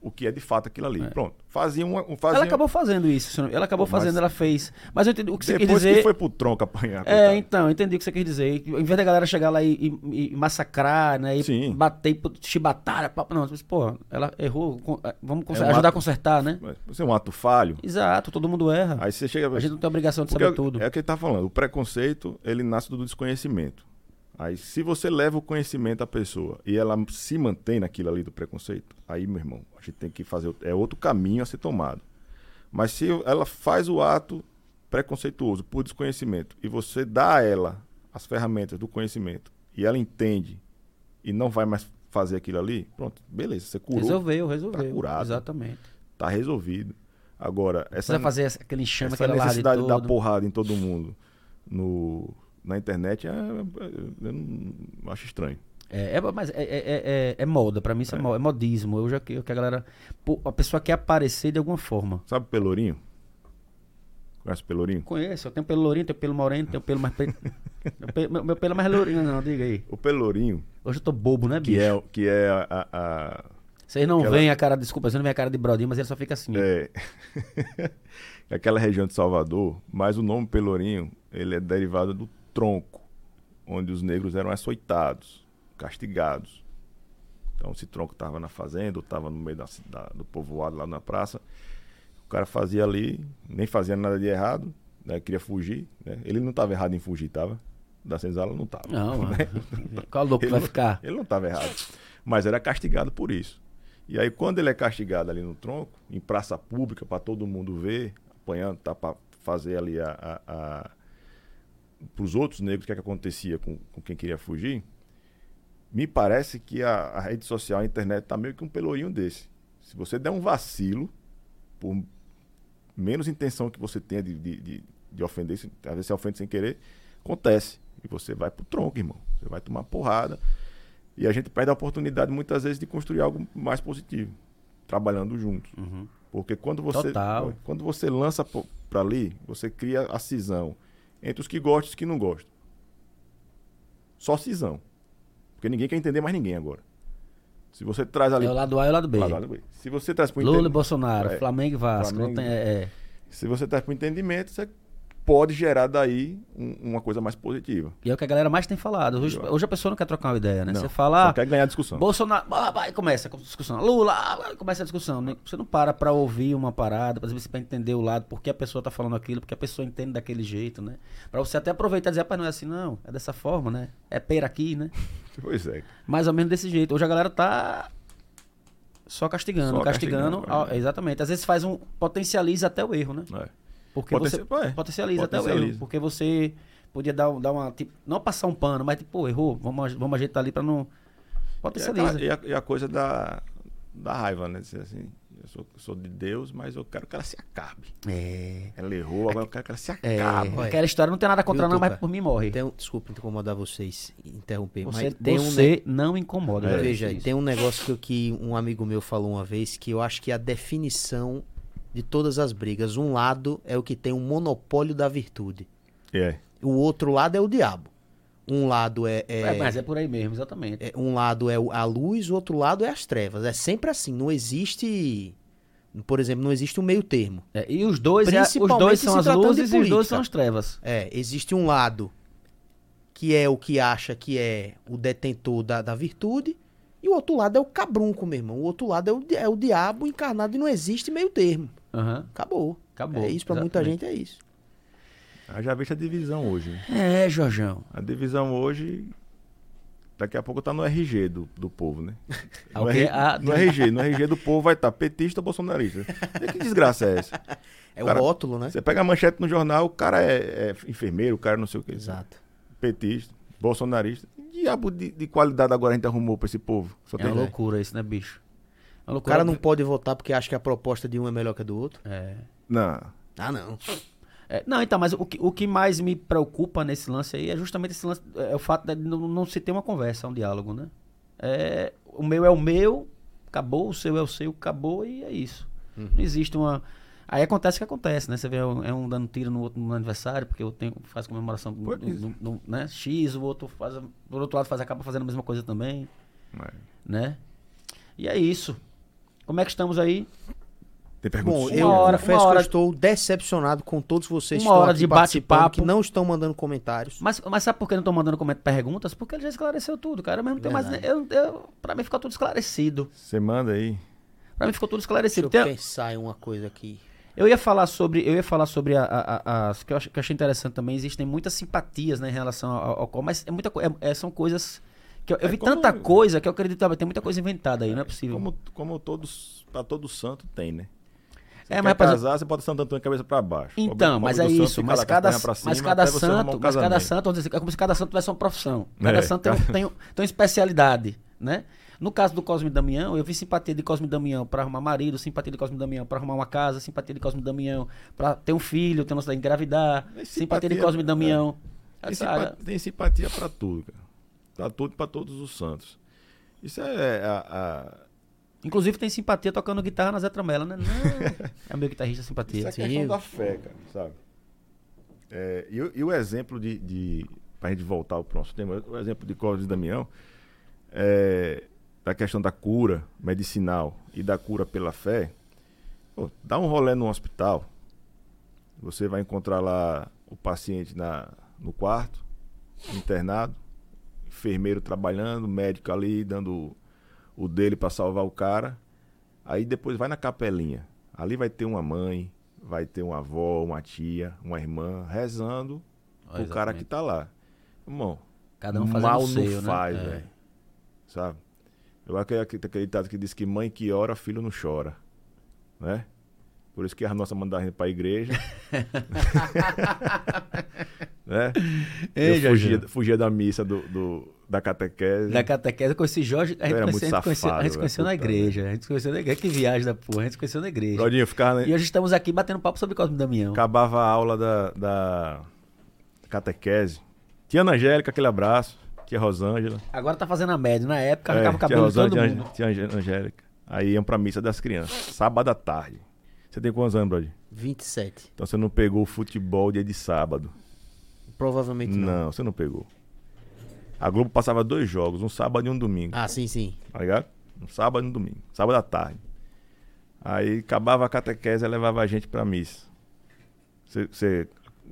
o que é de fato aquilo ali. Pronto. Fazia uma. um- Fazia
Ela acabou fazendo isso, se não- ela acabou
Pô, mas-
fazendo, ela fez. Mas eu entendi o que você quer
Depois
dizer.
que foi pro tronco
É,
apanhar. coitado.
então, entendi o que você quis dizer. Em vez da galera chegar lá e, e- e massacrar, né? E
Sim.
bater, e chibatar, papo, não. Mas, pô, ela errou. con- eh, Vamos conser-
É um
ajudar a
ato-
consertar, né?
Mas Você é um ato falho.
Exato, todo mundo erra.
Aí você chega.
a gente não tem obrigação de
Porque
saber
é-
tudo.
É o que ele tá falando. O preconceito, ele nasce do desconhecimento. Aí, se você leva o conhecimento à pessoa e ela se mantém naquilo ali do preconceito, aí, meu irmão, a gente tem que fazer. o- É outro caminho a ser tomado. Mas se ela faz o ato preconceituoso por desconhecimento e você dá a ela as ferramentas do conhecimento e ela entende e não vai mais fazer aquilo ali, pronto, beleza, você curou,
resolveu, resolveu.
Tá curado.
Exatamente.
tá resolvido. Agora, essa
Precisa fazer essa- aquele enxame,
essa
aquela larga de
necessidade de dar
todo.
porrada em todo mundo no, na internet é, eu não acho estranho.
É, é, mas é, é- é- é- é moda, pra mim isso é, mo- é modismo. Eu já que que a galera. pô, a pessoa quer aparecer de alguma forma.
Sabe o Pelourinho? Conhece o Pelourinho?
Conheço, eu tenho pelo lourinho, tenho pelo moreno, tenho pelo mais preto. Meu pe- meu, meu pelo é mais lourinho, não, diga aí.
O Pelourinho,
Hoje eu tô bobo, né, bicho?
que é, o- que é a. a- a-
Vocês não
Aquela-
veem a cara, desculpa, vocês não veem a cara de Brodinho, mas ele só fica assim. ó.
é, aquela região de Salvador, mas o nome Pelourinho ele é derivado do tronco, onde os negros eram açoitados, castigados. Então, se tronco estava na fazenda, ou estava no meio da, ci- da- do povoado lá na praça, o cara fazia ali, nem fazia nada de errado, né? queria fugir. né? Ele não estava errado em fugir, tava? Da senzala não estava.
Não, mano. Qual louco que vai ficar?
Ele não estava errado. Mas era castigado por isso. E aí, quando ele é castigado ali no tronco, em praça pública, para todo mundo ver, apanhando, tá, para fazer ali a. para os outros negros, o que, é que acontecia com, com quem queria fugir, me parece que a, a rede social, a internet, tá meio que um pelourinho desse. Se você der um vacilo, por menos intenção que você tenha de, de, de, de ofender, se- às vezes você ofende sem querer, acontece. E você vai pro tronco, irmão. Você vai tomar porrada. E a gente perde a oportunidade, muitas vezes, de construir algo mais positivo, trabalhando juntos. Porque quando você,
Uhum. Total.
quando você lança po- pra ali, você cria a cisão entre os que gostam e os que não gostam. Só cisão. Porque ninguém quer entender mais ninguém agora. Se você traz Tá ali.
É o lado A e o lado B.
Lado A, lado B. Se você traz pro
Lula e
entendimento.
Bolsonaro,
É.
Flamengo e Vasco. não
Flamengo.
tem- é, é.
Se você traz pro tá entendimento, você pode gerar daí um- uma coisa mais positiva.
E é o que a galera mais tem falado. Hoje,
Eu-
hoje a pessoa não quer trocar uma ideia, né?
Não,
Você fala.
Só quer ganhar discussão.
Bolsonaro. Ah, vai, começa a discussão. Lula, ah, vai, começa a discussão. né? Você não para pra ouvir uma parada, pra, pra entender o lado, porque a pessoa tá falando aquilo, porque a pessoa entende daquele jeito, né? Pra você até aproveitar e dizer, rapaz, não é assim, não. É dessa forma, né? É pera aqui, né?
Pois é.
Mais ou menos desse jeito. Hoje a galera tá. Só castigando,
Só
castigando.
castigando,
ah, exatamente. Às vezes faz um. Potencializa até o erro, né?
é.
Porque
Potenci-
você
é,
potencializa, até o erro.
potencializa.
Porque você podia dar, dar uma. Tipo, não passar um pano, mas tipo, pô, errou, vamos, aj- vamos ajeitar ali pra não.
E
Potencializa.
a, e a- e a coisa da, da raiva, né? Dizer assim, eu sou, sou de Deus, mas eu quero que ela se acabe.
É.
Ela errou, agora eu quero que ela se
É.
acabe.
Olha,
Aquela história não tem nada contra,
Viu,
não, mas
Tuca?
por mim morre.
Tem um- desculpa incomodar vocês, interromper,
Você,
mas tem um
você não incomoda. velho.
Veja,
Isso.
tem um negócio que, eu- que um amigo meu falou uma vez que eu acho que é a definição de todas as brigas. Um lado é o que tem o monopólio da virtude.
É.
O outro lado é o diabo. Um lado é. é-
É, mas é por aí mesmo, exatamente.
é- um lado é o- a luz, o outro lado é as trevas. É sempre assim. Não existe. Por exemplo, não existe um meio termo.
É, e os dois, é- os
Principalmente
dois
se
são as
tratando de
luzes e os dois
política.
são as trevas.
É, existe um lado que é o que acha que é o detentor da, da virtude, e o outro lado é o cabrunco, meu irmão. O outro lado é o, di- é o diabo encarnado e não existe meio termo.
Aham,
Acabou.
acabou.
é isso, pra muita
Exatamente.
gente é isso.
Eu já vejo a divisão hoje. né?
É, Jorjão.
A divisão hoje. Daqui a pouco tá no RG do, do povo, né?
Ah,
No,
o quê?
R-
Ah,
no
tem-
RG, no RG do povo vai estar petista ou bolsonarista. E que desgraça é essa?
É
Cara,
o rótulo, né?
Você pega a manchete no jornal, o cara é, é enfermeiro, o cara não sei o quê.
Exato.
Petista, bolsonarista. Que diabo de, de qualidade agora a gente arrumou pra esse povo? Só
É uma loucura isso, né, bicho? É uma
O
loucura.
cara não pode votar porque acha que a proposta de um é melhor que a do outro.
É.
Não.
Ah, não.
É, não, então, mas o que, o que mais me preocupa nesse lance aí é justamente esse lance, é o fato de não, não se ter uma conversa, um diálogo, né? É, o meu é o meu, acabou, o seu é o seu, acabou e é isso.
Uhum.
Não existe uma. Aí acontece o que acontece, né? Você vê um, é um dando tiro no outro no aniversário, porque eu tenho, faz comemoração do,
Pois.
do- do- né? X, o outro faz. a- Por outro lado faz acaba fazendo a mesma coisa também,
É.
né? E é isso. Como é que estamos aí?
Tem né? perguntas?
Bom,
Uma
eu
hora-
confesso
uma hora-
que eu estou decepcionado com todos vocês que
Uma
estão
hora
aqui
de
participando,
bate-papo.
que não estão mandando comentários.
Mas, mas sabe por que eu não tô mandando coment- perguntas? Porque ele já esclareceu tudo, cara. Mas não tem mais.
Verdade.
Eu, eu, pra mim ficou tudo esclarecido.
Você manda aí.
Pra mim ficou tudo
Deixa
esclarecido.
eu
Tem- Eu,
pensar em uma coisa aqui.
ia falar sobre. Eu ia falar sobre a, a- a- as- que, eu acho, que eu achei interessante também. Existem muitas simpatias né, em relação ao, ao qual, mas é muita, co- é- é- são coisas. Que eu, eu
É
vi
como-
tanta coisa que eu acredito que tem muita coisa inventada aí, não é possível.
Como, como todos, pra todo santo tem, né? Você
É,
quer
mas, rapaz,
casar, você bota Santo Antônio cabeça pra baixo.
Então,
Pobre-
mas é
pobre do santo
isso.
fica
Mas
lá com a
cada,
perna pra
mas
cima
cada
até você arrumar
santo,
um
mas cada
casamento.
santo, vamos dizer, é como se cada santo tivesse uma profissão. Cada
É,
santo tem, um- tem, um- tem uma especialidade, né? No caso do Cosme e Damião, eu vi simpatia de Cosme e Damião pra arrumar marido, simpatia de Cosme e Damião pra arrumar uma casa, simpatia de Cosme e Damião pra ter um filho, ter uma cidade engravidar,
Mas
simpatia de
simpatia,
Cosme e Damião.
Tem,
Essa área-
simpa- tem simpatia pra tudo, cara. Pra tudo e pra todos os santos. Isso é a,
Inclusive tem simpatia tocando guitarra na Zé Tramela, né? Não, é meu guitarrista simpatia.
a
Sim.
é questão da fé, cara, sabe? É, e, o- e o exemplo de, de. Pra gente voltar ao nosso tema, o exemplo de Clóvis Damião, é, da questão da cura medicinal e da cura pela fé. Pô, dá um rolê num hospital. Você vai encontrar lá o paciente na, no quarto, internado, enfermeiro trabalhando, médico ali dando o dele para salvar o cara. Aí depois vai na capelinha. Ali vai ter uma mãe, vai ter uma avó, uma tia, uma irmã rezando o cara que tá lá. Irmão,
Cada um fazendo
mal
o seu,
não
né?
faz,
É.
velho. Sabe? Eu acho que é aquele aquele ditado que diz que mãe que ora, filho não chora. Né? Por isso que a nossa manda a gente pra igreja. né?
Ei,
Eu fugia,
Jorginho.
fugia da missa do, do- da catequese.
Da catequese, eu conheci Jorge. A
Eu
gente,
era
conheceu,
muito
a gente conheceu- a
safado,
gente se conheceu na
velho, puta
igreja. A gente se conheceu na igreja. Que viagem da porra. A gente se conheceu na igreja.
Brodinho, eu ficava,
E hoje estamos aqui batendo papo sobre Cosme e Damião.
Acabava a aula da, da catequese. Tia Ana Angélica, aquele abraço. Tia Rosângela. É,
Agora tá fazendo a média. Na época, arrancava o
tia
cabelo de todo
tia,
mundo.
Ange- tia Ange- Angélica. Aí iam pra missa das crianças. Sábado à tarde. Você tem quantos anos, Brody?
27.
Então você não pegou o futebol dia de sábado.
Provavelmente não.
Não, você não pegou. A Globo passava dois jogos, um sábado e um domingo.
Ah, sim, sim.
Tá ligado? Um sábado e um domingo. Sábado à tarde. Aí acabava a catequese e levava a gente pra missa. Você- Você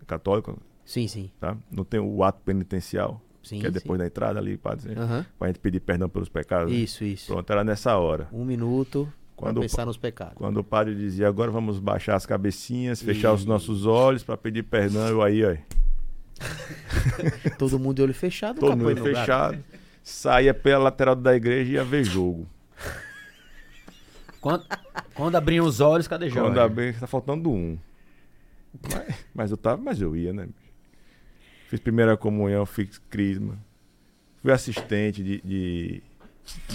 católico,
Sim, sim.
tá? Não tem o ato penitencial,
Sim,
que é depois da entrada ali, para dizer,
sim. Aham.
pra gente pedir perdão pelos pecados. né?
Isso, isso.
Pronto, era nessa hora.
Um minuto
Quando o
pra pensar nos pecados.
Quando o padre dizia, agora vamos baixar as cabecinhas, fechar os nossos olhos para pedir perdão, eu aí, ó,
Todo mundo de olho fechado, então.
todo
nunca
mundo
põe no gato.
fechado, saía pela lateral da igreja e ia ver jogo.
Quando, quando abriam os olhos, cadê Jorge?
Quando bem, tá faltando um. Mas, mas eu tava, mas eu ia, né? bicho? Fiz primeira comunhão, fiz crisma. Fui assistente de, de-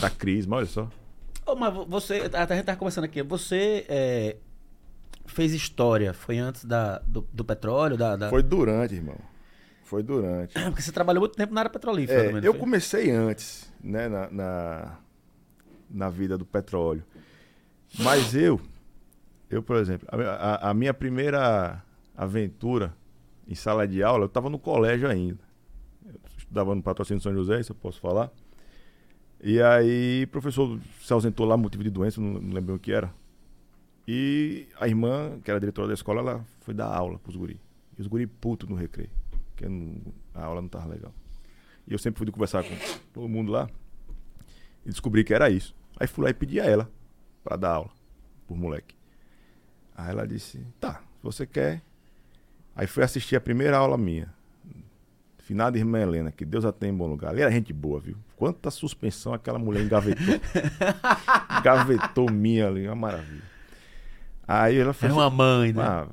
da crisma, olha só.
Ô, mas vo- você, a a gente tava conversando aqui, você é, fez história, foi antes da, do, do petróleo, da... da-
Foi durante, irmão. Foi durante.
É, Porque você trabalhou muito tempo na área petrolífera.
É,
também, não
eu
foi?
comecei antes, né, na, na, na vida do petróleo. Mas eu, eu, por exemplo, a, a- a minha primeira aventura em sala de aula, eu estava no colégio ainda. Eu estudava no patrocínio São José, isso eu posso falar. E aí o professor se ausentou lá, motivo de doença, não, não lembro o que era. E a irmã, que era diretora da escola, ela foi dar aula pros guri. E os guri putos no recreio, porque não- a aula não tava legal. E eu sempre fui conversar com todo mundo lá e descobri que era isso. Aí fui lá e pedi a ela pra dar aula por moleque. Aí ela disse: "Tá, se você quer". Aí fui assistir a primeira aula minha. Finada irmã Helena, que Deus a tenha em bom lugar. Ali era gente boa, viu? Quanta suspensão aquela mulher engavetou. engavetou minha ali, uma maravilha. Aí ela fez
Era uma mãe, né?
uma, Ah,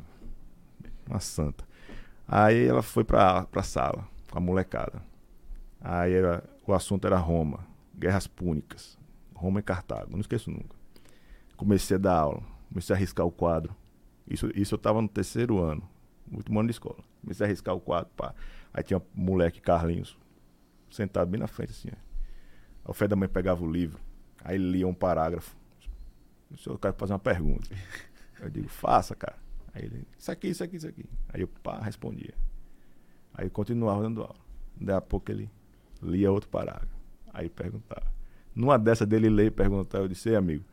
uma santa. Aí ela foi pra, pra sala com a molecada. Aí era, o assunto era Roma, guerras púnicas. Roma e Cartago, não esqueço nunca. Comecei a dar aula, comecei a riscar o quadro. Isso, isso eu estava no terceiro ano, último ano de escola. Comecei a riscar o quadro. Pá. Aí tinha um moleque, Carlinhos, sentado bem na frente, assim. ó. O fé da mãe pegava o livro, aí lia um parágrafo. O senhor quer fazer uma pergunta. Eu digo, faça, cara. Aí ele, isso aqui, isso aqui, isso aqui. Aí eu pá, respondia. Aí eu continuava dando aula. Daí a pouco ele lia outro parágrafo. Aí perguntava. Numa dessa dele ler e perguntar, eu disse, ei, amigo,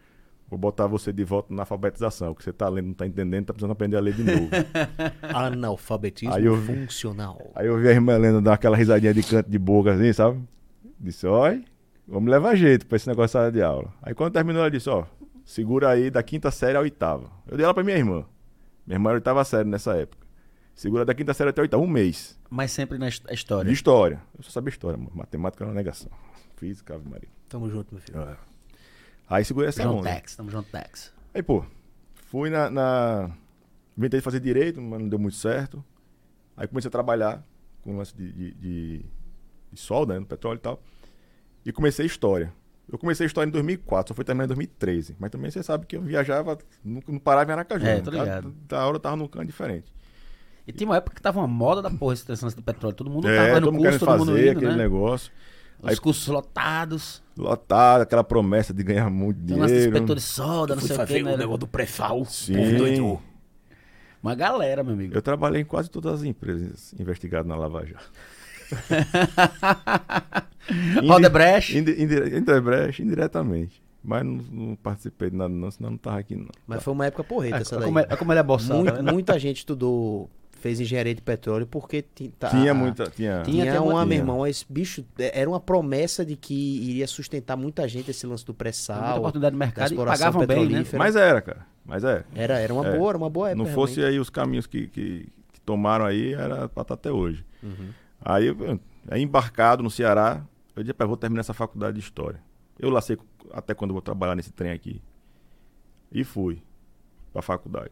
vou botar você de volta na alfabetização. O que você tá lendo, não tá entendendo, tá precisando aprender a ler de novo.
Analfabetismo
Aí eu vi.
funcional.
Aí eu vi a irmã Helena dar aquela risadinha de canto de boca, assim, sabe? Disse, olha, vamos levar jeito pra esse negócio de sala de aula. Aí quando terminou, ela disse, ó, segura aí da quinta série à oitava. Eu dei ela pra minha irmã. Minha irmã era oitava série nessa época. Segura da quinta série até a oitava, um mês.
Mas sempre na his-
De
história.
história. Eu só sabia história, mano. matemática era uma negação. Física, Ave Maria.
Tamo junto, meu filho.
Ah. Aí segurei essa
João
onda.
Tex, estamos João Tex.
Aí, pô, fui na, na. Inventei de fazer direito, mas não deu muito certo. Aí comecei a trabalhar com o lance de, de, de, de solda, né, no petróleo e tal. E comecei história. Eu comecei história em 2004, só fui terminar em 2013. Mas também você sabe que eu viajava, nunca- não parava em Aracaju.
É,
né?
tô
Cada-
ligado.
Da hora eu tava num canto diferente.
E tinha uma época que tava uma moda da porra esse lance do petróleo. Todo mundo
é,
tava
todo
no
mundo
curso,
querendo
todo mundo
fazer
indo,
aquele
né?
negócio.
Os
Aí-
cursos lotados.
Lotado, aquela promessa de ganhar muito
Tem o lance do
dinheiro.
inspetor de solda, não sei o que,
um
né?
do pré-fal.
Sim. doido.
Uma galera, meu amigo.
Eu trabalhei em quase todas as empresas investigadas na Lava Jato. Indi-
Odebrecht.
Indi- indire- Odebrecht, indiretamente. Mas não, não participei de nada, não, senão não tava aqui, não.
Mas foi uma época porreta essa daí.
Como é, como ele é boçal,
Muito-
tá
né?
vendo?
muita gente estudou, fez engenharia de petróleo porque ti- tá-
Tinha muita. Tinha.
Tinha-
Tinha, uma,
tinha.
meu irmão, esse bicho é, era uma promessa de que iria sustentar muita gente esse lance
Tinha
do
muita
pré-sal,
oportunidade de
da
mercado e
exploração
pagavam bem, né?
petrolífera.
Mas era, cara. Mas era.
Era, era uma
É.
boa, era uma boa época.
não fosse
realmente.
aí os caminhos que, que, que tomaram aí, era pra estar até hoje. Aí, eu- aí embarcado no Ceará, eu disse, "Pá, vou terminar essa faculdade de História. Eu lá sei até quando eu vou trabalhar nesse trem aqui. E fui pra faculdade.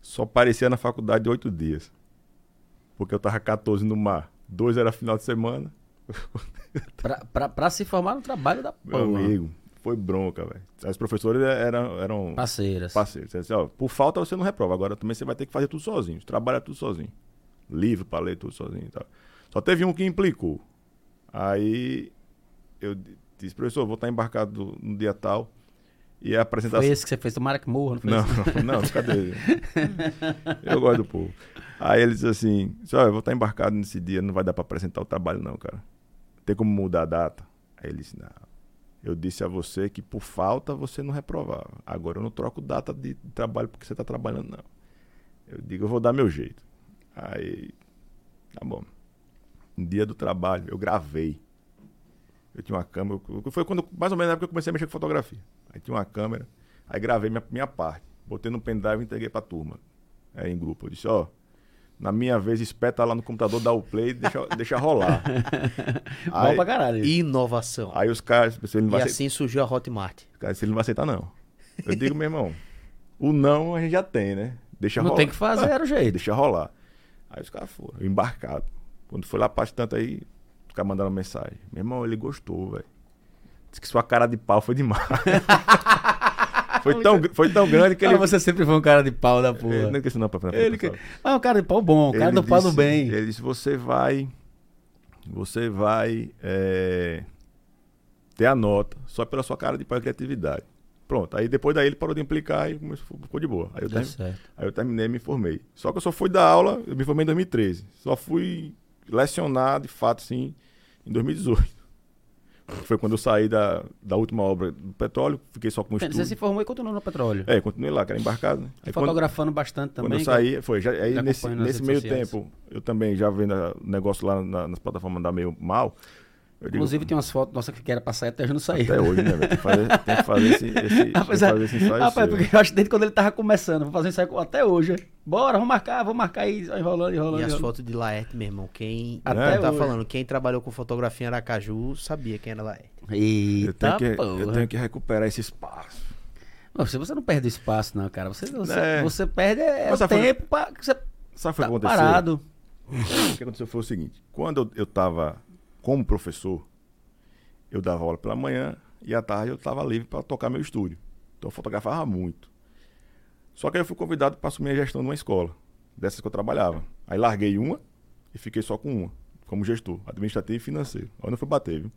Só parecia na faculdade oito dias. Porque eu tava 14 no mar. Dois era final de semana.
Pra, pra, pra se formar no trabalho da
Meu
porra.
amigo, foi bronca, velho. As professoras eram, eram
Tá Parceiras.
parceiros. Eles disseram, ó, por falta você não reprova. Agora também você vai ter que fazer tudo sozinho. Trabalhar tudo sozinho. Livro pra ler tudo sozinho e tal. Só teve um que implicou. Aí eu d- disse, professor, vou estar embarcado no dia tal. E a apresentação.
Foi esse que você fez, tomara que morra, não foi
Não,
esse?
não, cadê? Eu gosto do povo. Aí ele disse assim: Só, eu vou estar embarcado nesse dia, não vai dar para apresentar o trabalho, não, cara. Tem como mudar a data? Aí ele disse: Não. Eu disse a você que por falta você não reprovava. Agora eu não troco data de trabalho porque você está tá trabalhando, não. Eu digo, eu vou dar meu jeito. Aí, tá bom. No dia do trabalho, eu gravei. Eu tinha uma câmera, eu- foi quando, mais ou menos na época que eu comecei a mexer com fotografia. Aí tinha uma câmera, aí gravei minha, minha parte. Botei no pendrive e entreguei pra turma, é, em grupo. Eu disse, ó, na minha vez, espeta lá no computador, dá o play e deixa, deixa rolar.
Bom
Aí,
pra caralho.
Inovação.
aí os caras, se ele não
E
vai,
assim surgiu a Hotmart.
Cara, se ele não vai aceitar, não. Eu digo, meu irmão, o não a gente já tem, né? Deixa
Não
rolar.
tem que fazer, era o jeito.
Deixa rolar. Aí os caras foram, embarcado. Quando foi lá pra tanto aí, os caras mandaram mensagem. Meu irmão, ele gostou, velho. Disse que sua cara de pau foi demais. foi, tão, gr- foi tão grande que ele.
Cara, você sempre foi um cara de pau da porra.
Ele não disse não pra pra- pra-
Ele que...
pessoal.
Ah, um cara de pau bom, um cara
Ele
do pau do
disse-
bem.
Ele disse: você vai. Você vai é, ter a nota só pela sua cara de pau e criatividade. Pronto. Aí depois daí ele parou de implicar e começou- ficou de boa. Aí eu,
Tá
termi-
certo.
aí eu terminei e me formei. Só que eu só fui dar aula, eu me formei em 2013. Só fui lecionar, de fato, sim, em 2018. Foi quando eu saí da, da última obra do petróleo, fiquei só com o estudo.
Você se formou e continuou no petróleo.
É, continuei lá, que era embarcado, né? Aí quando-
Fotografando bastante também.
quando eu saí, foi. Já, aí
já
nesse,
acompanho nas
nesse
redes
meio
sociais.
tempo, eu também já vendo a- o negócio lá na- nas plataformas da meio mal. Eu digo,
Inclusive tem umas fotos nossas que era pra sair até hoje não saiu.
até hoje, né, velho? Tem que fazer, tem que fazer esse, esse, tem que
Rapaz, é,
fazer esse ensaio
rapaz,
seu.
porque eu acho que desde quando ele tava começando, vou fazer um ensaio com- até hoje. é. Bora, vamos marcar, vamos marcar aí, só enrolando, enrolando.
E as
enrolando.
fotos de Laerte, meu irmão. Quem.
Até
eu tava
hoje.
falando, quem trabalhou com fotografia em Aracaju sabia quem era Laerte.
eu,
Eita,
tenho que,
porra.
eu tenho que recuperar esse espaço.
Não, se você não perde espaço, não, cara. Você, você,
É.
você perde é,
Mas
o
sabe o que-
tempo pra, que você
Sabe o que
tá
aconteceu?
parado.
O que aconteceu foi o seguinte: quando eu- eu estava como professor, eu dava aula pela manhã e à tarde eu estava livre para tocar meu estúdio. Então eu fotografava muito. Só que aí eu fui convidado para assumir a gestão de uma escola, dessas que eu trabalhava. Aí larguei uma e fiquei só com uma, como gestor, administrativo e financeiro. Aí não foi bater, viu?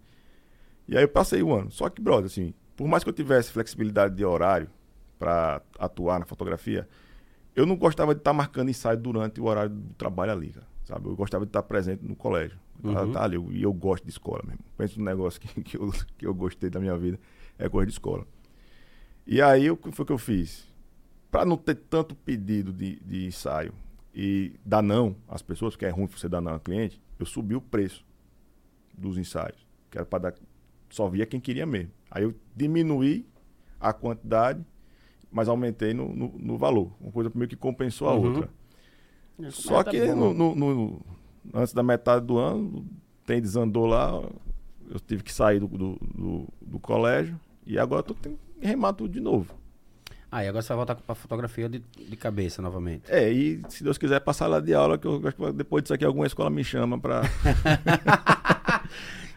E aí eu passei um ano. Só que, brother, assim, por mais que eu tivesse flexibilidade de horário para atuar na fotografia, eu não gostava de estar marcando ensaio durante o horário do trabalho ali, cara, sabe? Eu gostava de estar presente no colégio. Tá- tá ali, eu- e eu gosto de escola mesmo. Pensa num negócio que, que, eu, que eu gostei da minha vida, é coisa de escola. E aí, o que foi que eu fiz? Para não ter tanto pedido de, de ensaio e dar não às pessoas, porque é ruim você dar não ao cliente, eu subi o preço dos ensaios, que era para dar. Só via quem queria mesmo. Aí eu diminuí a quantidade mas aumentei no, no- no valor. Uma coisa meio que compensou a
Uhum.
outra. Só
Mas tá
que
bom.
no- no- no- antes da metade do ano, tem desandou lá, eu tive que sair do, do- do- do colégio e agora eu tô tendo que remar tudo de novo.
Ah, e agora você vai voltar pra fotografia de, de cabeça novamente.
É, e se Deus quiser passar lá de aula, que eu acho que depois disso aqui alguma escola me chama para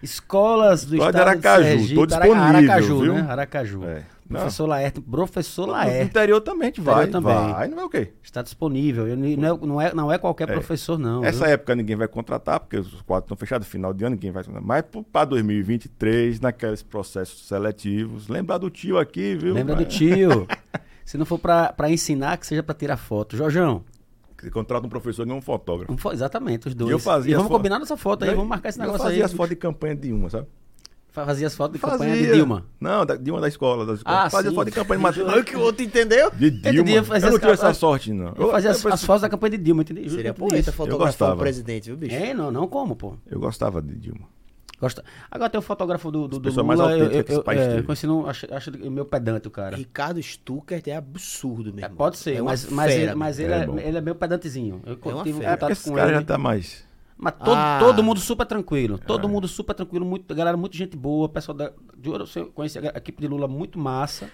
Escolas do
Escola de
estado
Aracaju,
Sergipe,
tô
Ara-
disponível,
Aracaju,
viu?
né? Aracaju.
É. Não.
Professor Laerte, professor
No
Laerte.
interior também, a gente vai,
Ah, é. Interior também.
vai, não é o quê?
Está disponível. Eu ni- Não é, não é, não é qualquer professor, não. viu?
Essa época ninguém vai contratar, porque os quadros estão fechados, final de ano ninguém vai contratar. Mas para 2023, naqueles processos seletivos, lembrar do tio aqui, viu? É.
Lembra do
Mas-
tio. Se não for pra, pra ensinar, que seja pra tirar foto. Jorjão,
Você contrata um professor e um fotógrafo.
vamos fa- exatamente os dois.
E eu fazia
E vamos
as fo- Né?
combinar nossa foto aí, vamos marcar esse negócio
eu fazia
aí.
as fotos de campanha de uma, sabe?
Fa- Fazia as fotos de
Fazia.
campanha de Dilma.
Não, da, de uma da escola. Das
Ah,
fazia
sim.
foto de campanha de matriz.
que o outro entendeu?
De Dilma.
dia eu
Eu,
fazia
não
as
tive
capa-
essa sorte, não.
Eu fazia as,
eu,
as fotos da campanha de Dilma, entendeu?
Seria
Por
bonita
isso.
fotografar o
gostava.
presidente, viu, bicho?
É, não, não como, pô.
eu gostava de Dilma.
Gosta. Agora tem o fotógrafo do, do, do
pessoas mais
Lula, eu-
autênticas
eu-
que esse
eu-
país
é,
teve.
conheci não, acho, acho ele meio pedante o cara.
Ricardo Stuckert é absurdo, meu
É,
irmão.
pode ser,
É uma
mas, mas,
fera,
ele, mas ele,
É
é,
bom.
ele é meio pedantezinho. Eu
uma
tive um
fera.
É porque
contato
esse
com
cara
ele.
já tá mais.
Mas todo,
Ah.
todo mundo super tranquilo.
É.
Todo mundo super tranquilo. Muito, galera, muito gente boa. Pessoal da. De ouro, eu conheci a equipe de Lula muito massa.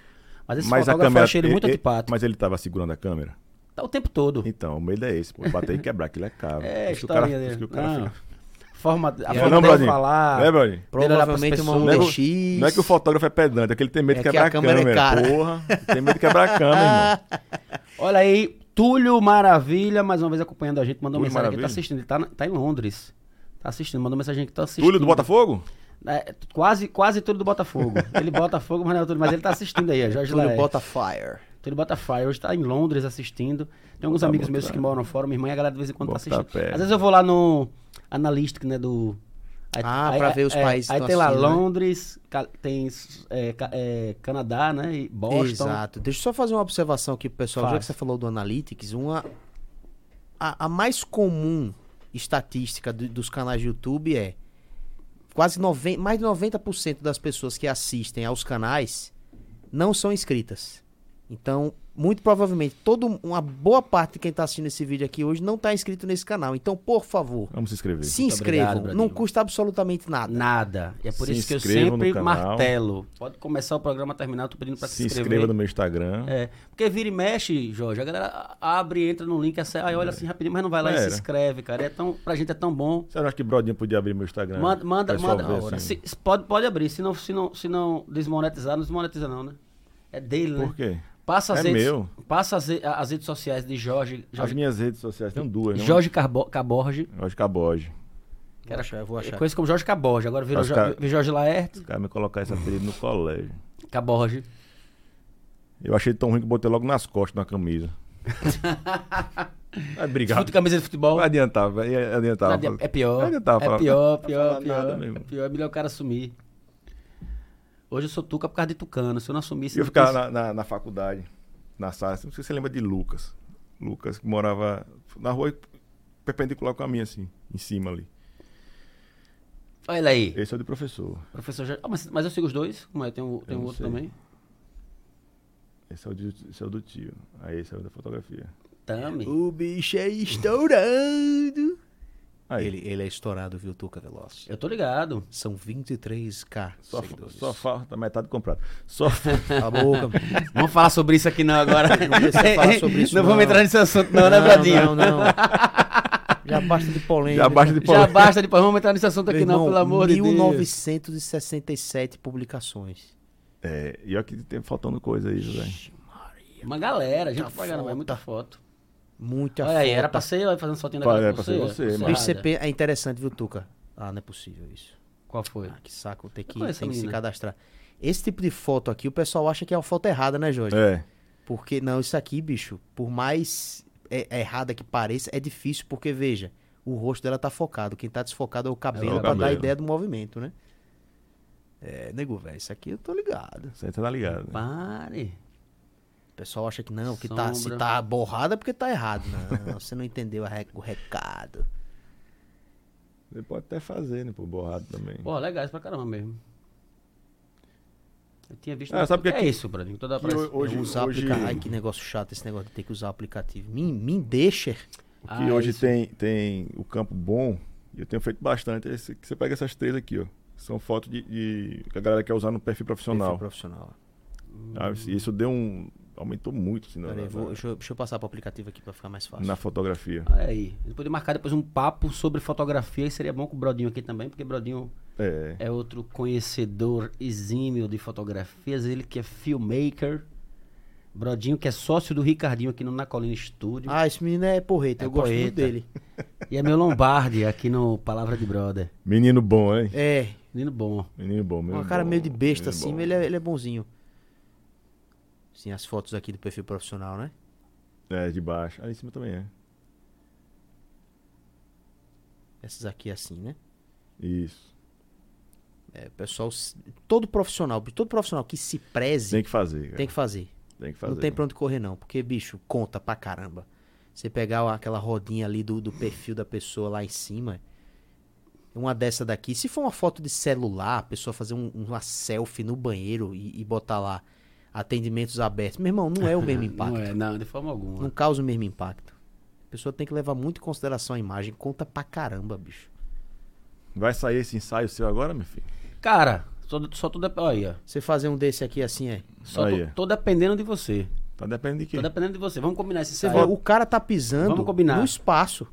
Mas esse
Mas a
fotógrafo
câmera.
eu achei ele muito
e- e-
antipático.
Mas ele tava segurando a câmera.
Tá o tempo todo.
Então, o medo é esse, pô. Bater e quebrar, aquilo é caro.
É,
Por isso que o cara-
historinha
por isso
dele.
que o cara
Não.
fica-
Forma, a
Não é
forma
não,
dele
Brodinho?
falar.
Não é, Brodinho?
dele olhar pras
Provavelmente uma
pessoas.
mulher
Não é-
X.
Não é que o fotógrafo é pedante, é que ele tem medo
É que
de quebrar
a
a
câmera
câmera.
é cara.
Porra, tem medo de quebrar a câmera,
Ah,
irmão.
Olha aí, Túlio Maravilha, mais uma vez acompanhando a gente. Mandou
Túlio
mensagem aqui, tá
Maravilha?
assistindo. Ele tá, na- tá em Londres. Tá assistindo, mandou mensagem que tá assistindo.
Túlio do Botafogo?
É, quase, quase Túlio do Botafogo. ele Botafogo, mas não é o Túlio, mas ele tá assistindo aí, ó, Jorge
Túlio
Laerte.
Botafire.
Túlio Botafire hoje tá em Londres assistindo. Tem alguns
Tá
amigos
bom,
meus
tá.
que moram fora, minha irmã e a galera de vez em quando tá
Bota
assistindo.
a pé.
Às vezes eu vou lá no Analytics, né, do... Aí, é,
Ah, pra ver os países que
Aí
tão
tem lá
assistindo, né?
Londres, ca- tem é, ca- é, Canadá, né, e Boston.
Exato. Deixa eu só fazer uma observação aqui pro pessoal. Já
Faz.
que você falou do Analytics, uma a, a mais comum estatística do- dos canais de YouTube é quase 90, mais de 90% das pessoas que assistem aos canais não são inscritas. Então, muito provavelmente, todo, uma boa parte de quem está assistindo esse vídeo aqui hoje não está inscrito nesse canal. Então, por favor,
Vamos se inscrever.
se
Muito obrigado,
inscrevam.
Bradinho.
não custa absolutamente nada.
Nada. E é por
Se
isso que eu
inscrevam no
sempre
canal.
martelo. Pode começar o programa, terminar, eu tô pedindo pra se,
Se
inscrever.
inscreva no meu Instagram.
É, porque vira e mexe, Jorge, a galera abre, entra no link, acessa-
É.
aí olha assim rapidinho, mas não vai lá e
Era.
se inscreve, cara. É tão, pra gente é tão bom.
Você não acha que Brodinho podia abrir meu Instagram?
Manda, manda,
Pessoal
manda.
ver,
Agora,
assim.
se- se pode, pode abrir, se não, se, não, se não desmonetizar, não desmonetiza não, né? É dele, né?
Por quê?
Passa as,
É
redes,
meu.
passa as, re- as redes sociais de Jorge,
As
Jorge,
minhas redes sociais tem duas, né?
Jorge Carbo- Caborge,
Jorge Caboge.
que era
achar, eu vou achar.
conhecido como Jorge Caborge, agora virou
Mas,
Jo-
cara-
Jorge Laerte,
Os caras me colocaram esse apelido no colégio.
Caborge.
Eu achei tão ruim que botei logo nas costas na camisa. Vai brigar.
Fute camisa de futebol.
Vai adiantar, vai ia adiantar.
Não adi- é pior.
Não adiantava
é
falar-
pior,
falar
pior,
nada
pior.
mesmo.
É pior, é melhor o cara assumir. Hoje eu sou tuca por causa de tucano. Se eu não assumisse.
E eu
não
ficava
tinha-
na, na, na faculdade, na sala. assim, Não sei se você lembra de Lucas. Lucas que morava na rua perpendicular com a minha, assim, em cima ali.
Olha ele aí.
Esse é o de professor.
Professor Jorge. Ah, mas, mas eu sigo os dois? Como é? Tem um, tem um
não
outro
sei.
também?
Esse é o, de, esse é o do tio. Aí esse é o da fotografia.
Tami.
O bicho é estourado.
Aí,
Ele, ele é estourado, viu, Tuca Veloz?
Eu tô ligado.
São 23k
só, fa-
seguidores.
só falta metade comprado. Só falta.
Cala a boca. meu.
Vamos falar sobre isso aqui não agora. É,
Não precisa falar sobre isso,
Não
não.
vamos entrar nesse assunto, não, né, Bradinho?
Não, não. Já basta de polêmica.
Já basta de
Já
polêmica.
basta depois, vamos entrar nesse assunto
Meu
aqui, não,
irmão,
pelo amor de Deus.
1967 publicações.
É, e olha que tem faltando coisa aí, José.
Uma galera, a gente
Muita
pagando, vai
foto.
muita foto.
Muita
Olha aí,
foto.
era pra ser eu fazendo fotinho
Olha,
daquela
era pra ser você,
pulseira.
mano.
Bicho, você pe- É interessante, viu, Tuca? Ah, não é possível isso.
Qual foi?
Ah, que saco. Tem que,
Eu conheço
tem
a
que se
menina.
cadastrar. Esse tipo de foto aqui, o pessoal acha que é uma foto errada, né, Jorge?
É.
Porque, não, isso aqui, bicho, por mais é- é errada que pareça, é difícil, porque, veja, o rosto dela tá focado. Quem tá desfocado é o cabelo,
É o
pra dar a
cabelo.
ideia do movimento, né? É, nego, velho, isso aqui eu tô ligado.
Você tá ligado. Né?
Pare.
O pessoal acha que não, que tá, se
Sombra.
tá borrada é porque tá errado. Não, você não entendeu a re- o recado.
Você pode até fazer, né? Pô, borrado também.
Pô, legais pra caramba mesmo. Eu tinha visto.
Ah, sabe
é
que aqui-
isso, Bradinho? Toda
que
pra...
ho- hoje,
eu usar
hoje,
aplica- Ai, que negócio chato esse negócio de ter que usar aplicativo. Me, me deixa.
o que
Ah,
hoje
isso.
tem, tem o campo bom, e eu tenho feito bastante, é esse, que você pega essas três aqui, ó. São fotos de, de- que a galera quer usar no perfil profissional.
Perfil profissional.
Ah, isso- Isso deu um. aumentou muito assim, na,
Pera aí,
na-
vou- deixa, eu- deixa eu passar pro aplicativo aqui pra ficar mais fácil.
na fotografia.
Olha aí. A gente podia marcar depois um papo sobre fotografia e seria bom com o Brodinho aqui também, porque Brodinho
É.
é outro conhecedor exímio de fotografias. Ele que é filmmaker. Brodinho que é sócio do Ricardinho aqui no Na Colina Estúdio.
Ah, esse menino é porreta,
É
eu gosto
porreta.
muito dele.
E é meu Lombardi aqui no Palavra de Brother.
Menino bom, hein?
É,
Menino bom.
Menino bom, menino
uma cara
bom,
meio de besta
menino
assim,
bom.
mas ele é, ele é bonzinho. Sim, as fotos aqui do perfil profissional, né?
É, de baixo. Aí em cima também é.
Essas aqui assim, né?
Isso.
É, pessoal, s- todo profissional, todo profissional que se preze
Tem que fazer, cara.
tem que fazer.
Tem que fazer.
Não tem pra onde correr, não. Porque, bicho, conta pra caramba. Você pegar aquela rodinha ali do, do perfil da pessoa lá em cima. Uma dessa daqui. Se for uma foto de celular, a pessoa fazer um- uma selfie no banheiro e, e botar lá atendimentos abertos. Meu irmão, não é o mesmo impacto.
Não
não,
é, não, de forma alguma.
causa o mesmo impacto. A pessoa tem que levar muito em consideração a imagem. Conta pra caramba, bicho.
Vai sair esse ensaio seu agora, meu filho?
Cara, só, só tô. dep- Olha aí, ó.
Você fazer um desse aqui assim é.
Só
Aí.
tô, tô dependendo de você.
Tá dependendo de quê?
Tô dependendo de você. Vamos combinar esse
Você
ensaio.
vê, o cara tá pisando
Vamos combinar.
no espaço.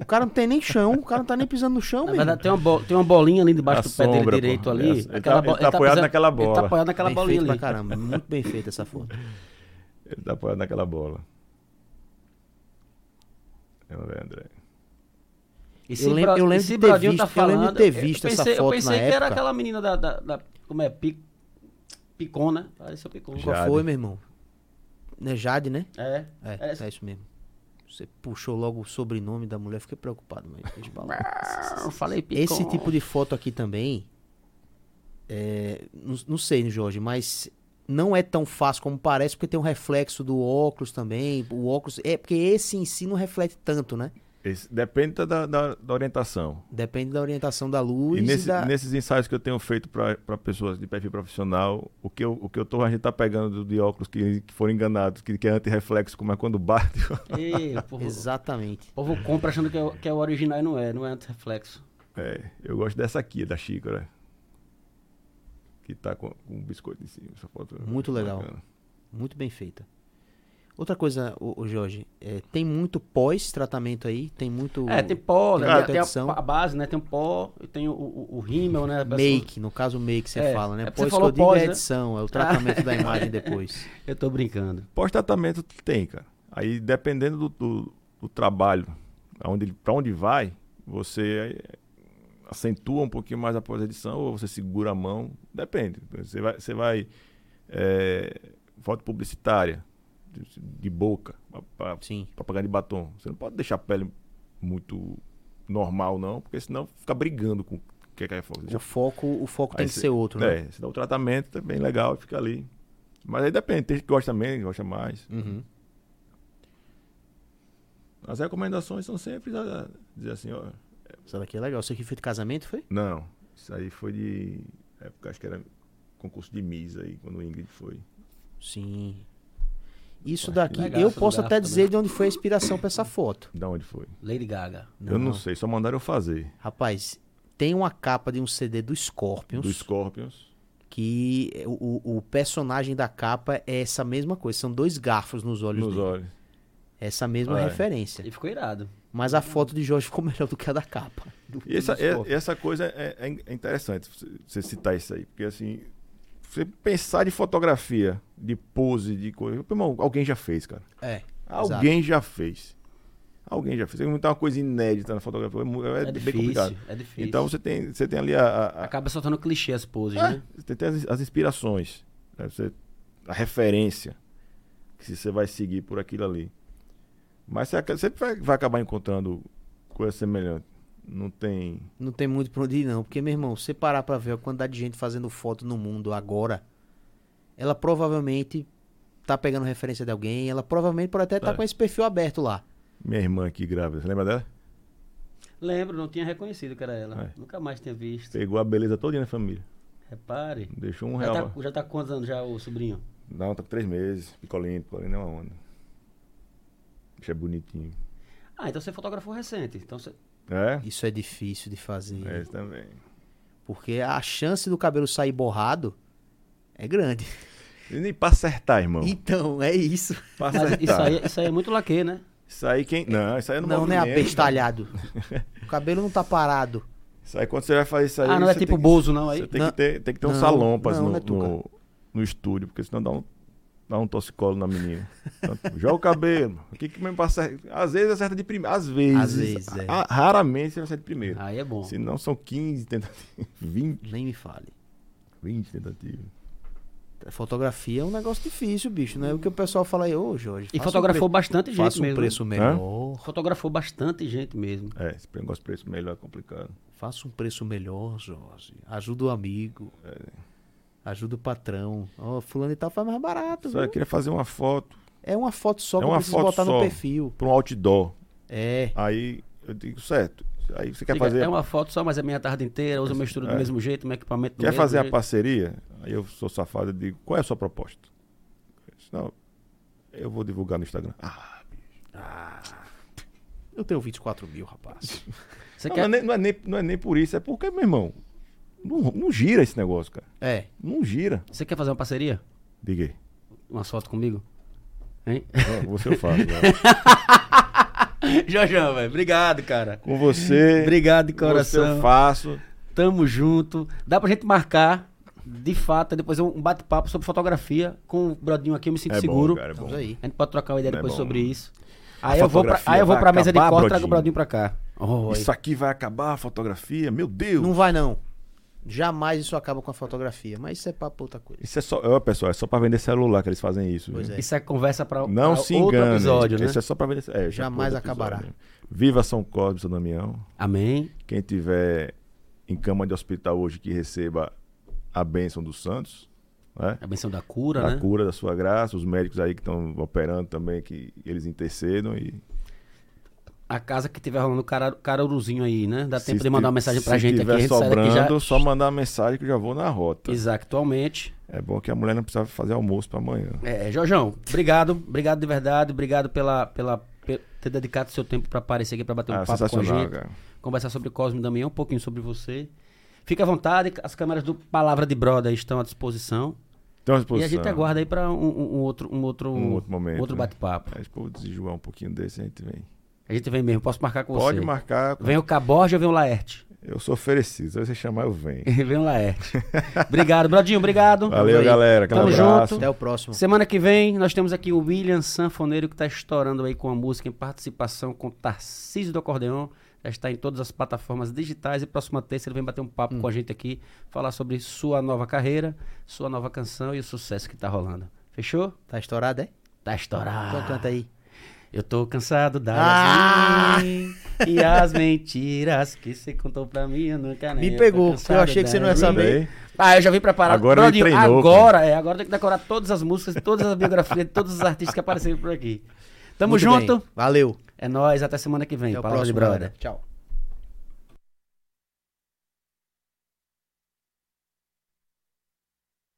o cara não tem nem chão, o cara não tá nem pisando no
Na
chão, meu irmão.
verdade, tem uma, bo- tem uma bolinha ali debaixo
A
do pé
sombra,
dele
pô.
direito
É,
ali.
ele tá- ele tá apoiado naquela
Ele tá
bola.
apoiado naquela
bem
bolinha
feito
ali.
pra caramba. Muito bem feita essa foto.
Ele tá apoiado naquela bola. Vamos ver, André.
E
Eu lembro- eu
Bra-
lembro
e
de ter
Bradinho
visto- eu lembro de ter visto essa
pensei-
foto
Eu pensei
na
que era
época.
aquela menina da, da- da- como é? Pic, Picon, né? Pareceu Picon.
Já.
Qual
Jade.
foi, meu irmão? Né, Jade, né?
É.
É,
essa-
é isso mesmo. Você puxou logo o sobrenome da mulher, fiquei preocupado, mas deixa pra lá.
Eu falei Picon.
Esse tipo de foto aqui também. é, não, não sei, né, Jorge, mas não é tão fácil como parece, porque tem um reflexo do óculos também. O óculos. É porque esse em si não reflete tanto, né?
Esse- depende da- da, da, da orientação.
Depende da orientação da luz
E
e,
nesse-
da.
nesses ensaios que eu tenho feito para pessoas de perfil profissional, o que eu, o que eu tô, a gente tá pegando de óculos que, que foram enganados, que, que é antirreflexo, como é quando bate.
Ei, o povo, o
Exatamente.
povo compra achando que é, o- que é o original e não é, não é antirreflexo.
É, eu gosto dessa aqui, da xícara. Que tá com, com um biscoito em cima. Essa foto é
Muito legal.
bacana.
Muito bem feita. Outra coisa, o, Jorge, é, tem muito pós-tratamento aí, tem muito.
É, tem pó, né?
Cara,
tem a,
edição.
a base, né? Tem o pó e tem o, o, o rímel, né? A pessoa-
Make, no caso, make você
É,
fala, né?
é porque
pós
você
que
falou
eu digo
pós,
é
né?
edição, é o tratamento da imagem depois.
Eu tô brincando.
Pós-tratamento tem, cara. Aí dependendo do, do, do trabalho, aonde ele- pra onde vai, você eh, acentua um pouquinho mais a pós-edição ou você segura a mão. Depende. Você vai. Você vai eh, foto publicitária, de, de boca, pra- pra-
Sim.
propaganda de batom. Você não pode deixar a pele muito normal, não, porque senão fica brigando com o que é que é foto.
O foco, o foco tem
Aí
que
cê-
ser outro, né?
É, você dá o tratamento, tá bem legal, fica ali. Mas aí depende, tem gente que gosta menos, gosta mais.
Uhum.
As recomendações são sempre ah, dizer assim, ó,
Isso daqui é legal. Isso aqui foi de casamento, foi?
não, isso aí foi de época, acho que era concurso de Miss aí, quando o Ingrid foi.
Sim. Isso
Ué,
daqui,
legal,
eu
essa do
posso
garfo
até dizer
né?
de onde foi a inspiração pra essa foto.
Da onde foi?
Lady Gaga.
Eu não sei, só mandaram eu fazer.
Rapaz, tem uma capa de um CD do Scorpions,
Do Scorpions.
que o, o- o personagem da capa é essa mesma coisa. São dois garfos nos olhos
Nos
dele.
olhos.
Essa mesma
Ah, é.
referência.
E ficou irado.
Mas a foto de Jorge ficou melhor do que a da capa. Do-
E essa,
do
é-
Scorpions.
essa coisa é, é in- é interessante você- você citar isso aí, porque assim, você pensar de fotografia, de pose, de coisa. Irmão, alguém já fez, cara.
É,
Alguém já fez. Alguém já fez. Inventar uma coisa inédita na fotografia é mu- é,
É,
bem
difícil,
complicado.
é difícil.
Então você tem, você tem ali a, a- a-
Acaba soltando clichê as poses,
É,
né?
você tem as, as inspirações, né? Você- a referência que se você vai seguir por aquilo ali. Mas você aca- sempre vai, vai acabar encontrando coisa semelhante. Não tem.
não tem muito pra onde ir não. Porque, meu irmão, se você parar pra ver a quantidade de gente fazendo foto no mundo agora, ela provavelmente tá pegando referência de alguém, ela provavelmente pode até tá
É.
com esse perfil aberto lá.
Minha irmã aqui grávida, você lembra dela?
Lembro, não tinha reconhecido que era ela.
É.
Nunca mais tinha visto.
Pegou a beleza toda na família.
Repare.
Deixou um
Já
real.
tá, já tá quantos anos já o sobrinho?
Não, tá com três meses. Picolino, picolino é uma onda. Bicho é bonitinho.
Ah, então você fotografou recente. Então você...
É?
Isso é difícil de fazer.
É, esse também.
Porque a chance do cabelo sair borrado é grande.
E nem pra acertar, irmão.
Então, é isso.
Pra
Mas
acertar.
isso, aí, isso aí é muito laque, né?
Isso aí quem. Não, isso aí é no
não, não é
movimento. né?
apestalhado. o cabelo não tá parado.
Isso aí quando você vai fazer isso aí.
Ah, não é
você
tipo
tem que-
Bozo, não, aí?
Você tem,
Não.
que ter, tem que ter um
Não,
salompas
não,
no,
é
né, Tuca?
no, no estúdio, porque senão dá um, dá um toxicolo na menina. Então, joga o cabelo. O que que mesmo passa? Às vezes acerta de primeiro. Às vezes.
Às vezes, é.
Ah, Raramente você acerta de primeiro.
Aí é bom.
Se não, são 15 tentativas. 20,
Nem me fale.
20 tentativas.
Fotografia é um negócio difícil, bicho. Não é o que o pessoal fala aí, ô Jorge.
E
faça um
fotografou
pre-
bastante gente
Faça um
mesmo. né?
preço melhor.
Fotografou bastante gente mesmo.
É, esse negócio de preço melhor é complicado.
Faça um preço melhor, Jorge. Ajuda o amigo. Ajuda o patrão. Ó, fulano e tal faz mais
Tá
barato.
Só eu
viu?
queria fazer uma foto
É uma foto só
É
que eu
uma
preciso
foto
botar no
só.
perfil.
para um outdoor.
É.
Aí eu digo, certo. Aí você quer
Diga,
fazer.
É uma foto só, mas é minha tarde inteira, usa o meu estúdio do
É.
mesmo jeito, meu equipamento do
Quer
mesmo
fazer a
jeito.
parceria? Aí eu sou safado e digo, qual é a sua proposta? Eu disse, Não, eu vou divulgar no Instagram. Ah,
Eu tenho 24 mil, rapaz.
Você
não,
quer...
não, é nem, não, é nem, não é nem por isso, é porque, meu irmão, não, não gira esse negócio, cara.
É.
Não gira.
Você quer fazer uma parceria?
Diga aí.
Uma foto comigo? Hein?
Ah, Você eu faço. velho.
Jorjão, velho, obrigado, cara.
Com você. é
Obrigado de
Você eu
coração.
faço.
Tamo junto. Dá pra gente marcar, de fato, depois um bate-papo sobre fotografia com o Brodinho aqui, eu me sinto
É
seguro.
bom, cara, é bom.
Estamos aí.
A gente pode trocar uma ideia
É
depois
bom.
sobre isso.
A
Aí eu vou pra, aí eu vou
fotografia
pra mesa de
vai
corte,
acabar,
trago o Brodinho
Brodinho.
pra cá. Oi.
Isso aqui vai acabar a fotografia? Meu Deus.
Não vai, não. Jamais isso acaba com a fotografia. Mas isso é papo pra outra coisa.
Isso é só, ó, pessoal, é só pra vender celular que eles fazem isso.
Pois
viu?
é.
Isso é conversa pra,
Não
pra
se
outro
engane.
episódio, né?
Isso é só pra vender. É, já
Jamais
foi outro
acabará.
episódio. Viva São Cosme, São Damião.
Amém.
Quem tiver em cama de hospital hoje que receba a bênção dos santos, né?
A benção da cura,
a
né?
cura da sua graça, os médicos aí que estão operando também, que eles intercedam e.
A casa que tiver rolando o cara- caruruzinho aí, né? Dá tempo
se
de mandar uma
ti-
mensagem pra
se
gente aqui.
tiver
a gente sai daqui
sobrando,
já-
só mandar uma mensagem que eu já vou na rota.
Exatamente.
É bom que a mulher não precisa fazer almoço pra amanhã.
É, Jorjão, obrigado. Obrigado de verdade. Obrigado pela, pela, pe- ter dedicado seu tempo pra aparecer aqui, pra bater um
Ah,
papo com a
sensacional,
gente.
cara.
Conversar sobre Cosme e Damião, um pouquinho sobre você. Fica à vontade, as câmeras do Palavra de Brother estão à disposição.
Então, à
E a
disposição.
gente aguarda aí pra um, um- um outro, um outro,
Um outro momento,
outro
né?
bate-papo.
Mas, pô, desjoar um pouquinho desse, a gente vem.
A gente vem mesmo, posso marcar com você.
Pode marcar.
Vem o Caborja ou vem o Laerte?
Eu sou oferecido. Se você chamar, eu venho.
vem o Laerte. obrigado, Brodinho, obrigado.
Valeu,
aí.
galera. Aquele
Então, Tamo
abraço.
junto.
Até o próximo.
Semana que vem nós temos aqui o William Sanfoneiro que está estourando aí com a música em participação com Tarcísio do Acordeon. Já está em todas as plataformas digitais e próxima terça ele vem bater um papo
Hum.
com a gente aqui, falar sobre sua nova carreira, sua nova canção e o sucesso que tá rolando. Fechou?
Tá estourado, é?
Tá estourado.
Então canta aí.
Eu tô cansado da
Ah!
Yasmin e as mentiras que você contou pra mim, eu nunca nem.
Me
tô
pegou, porque eu
cansado
achei
da
que você não ia
Yasmin.
saber.
Também.
Ah, eu já vim preparado.
Agora ele treinou,
agora, é, agora tem que decorar todas as músicas, todas as biografias, de todos os artistas que apareceram por aqui. Tamo
Muito
junto.
bem. Valeu.
É nóis, até semana que vem.
Até o
Palavra de
próximo,
brother.
galera. Tchau.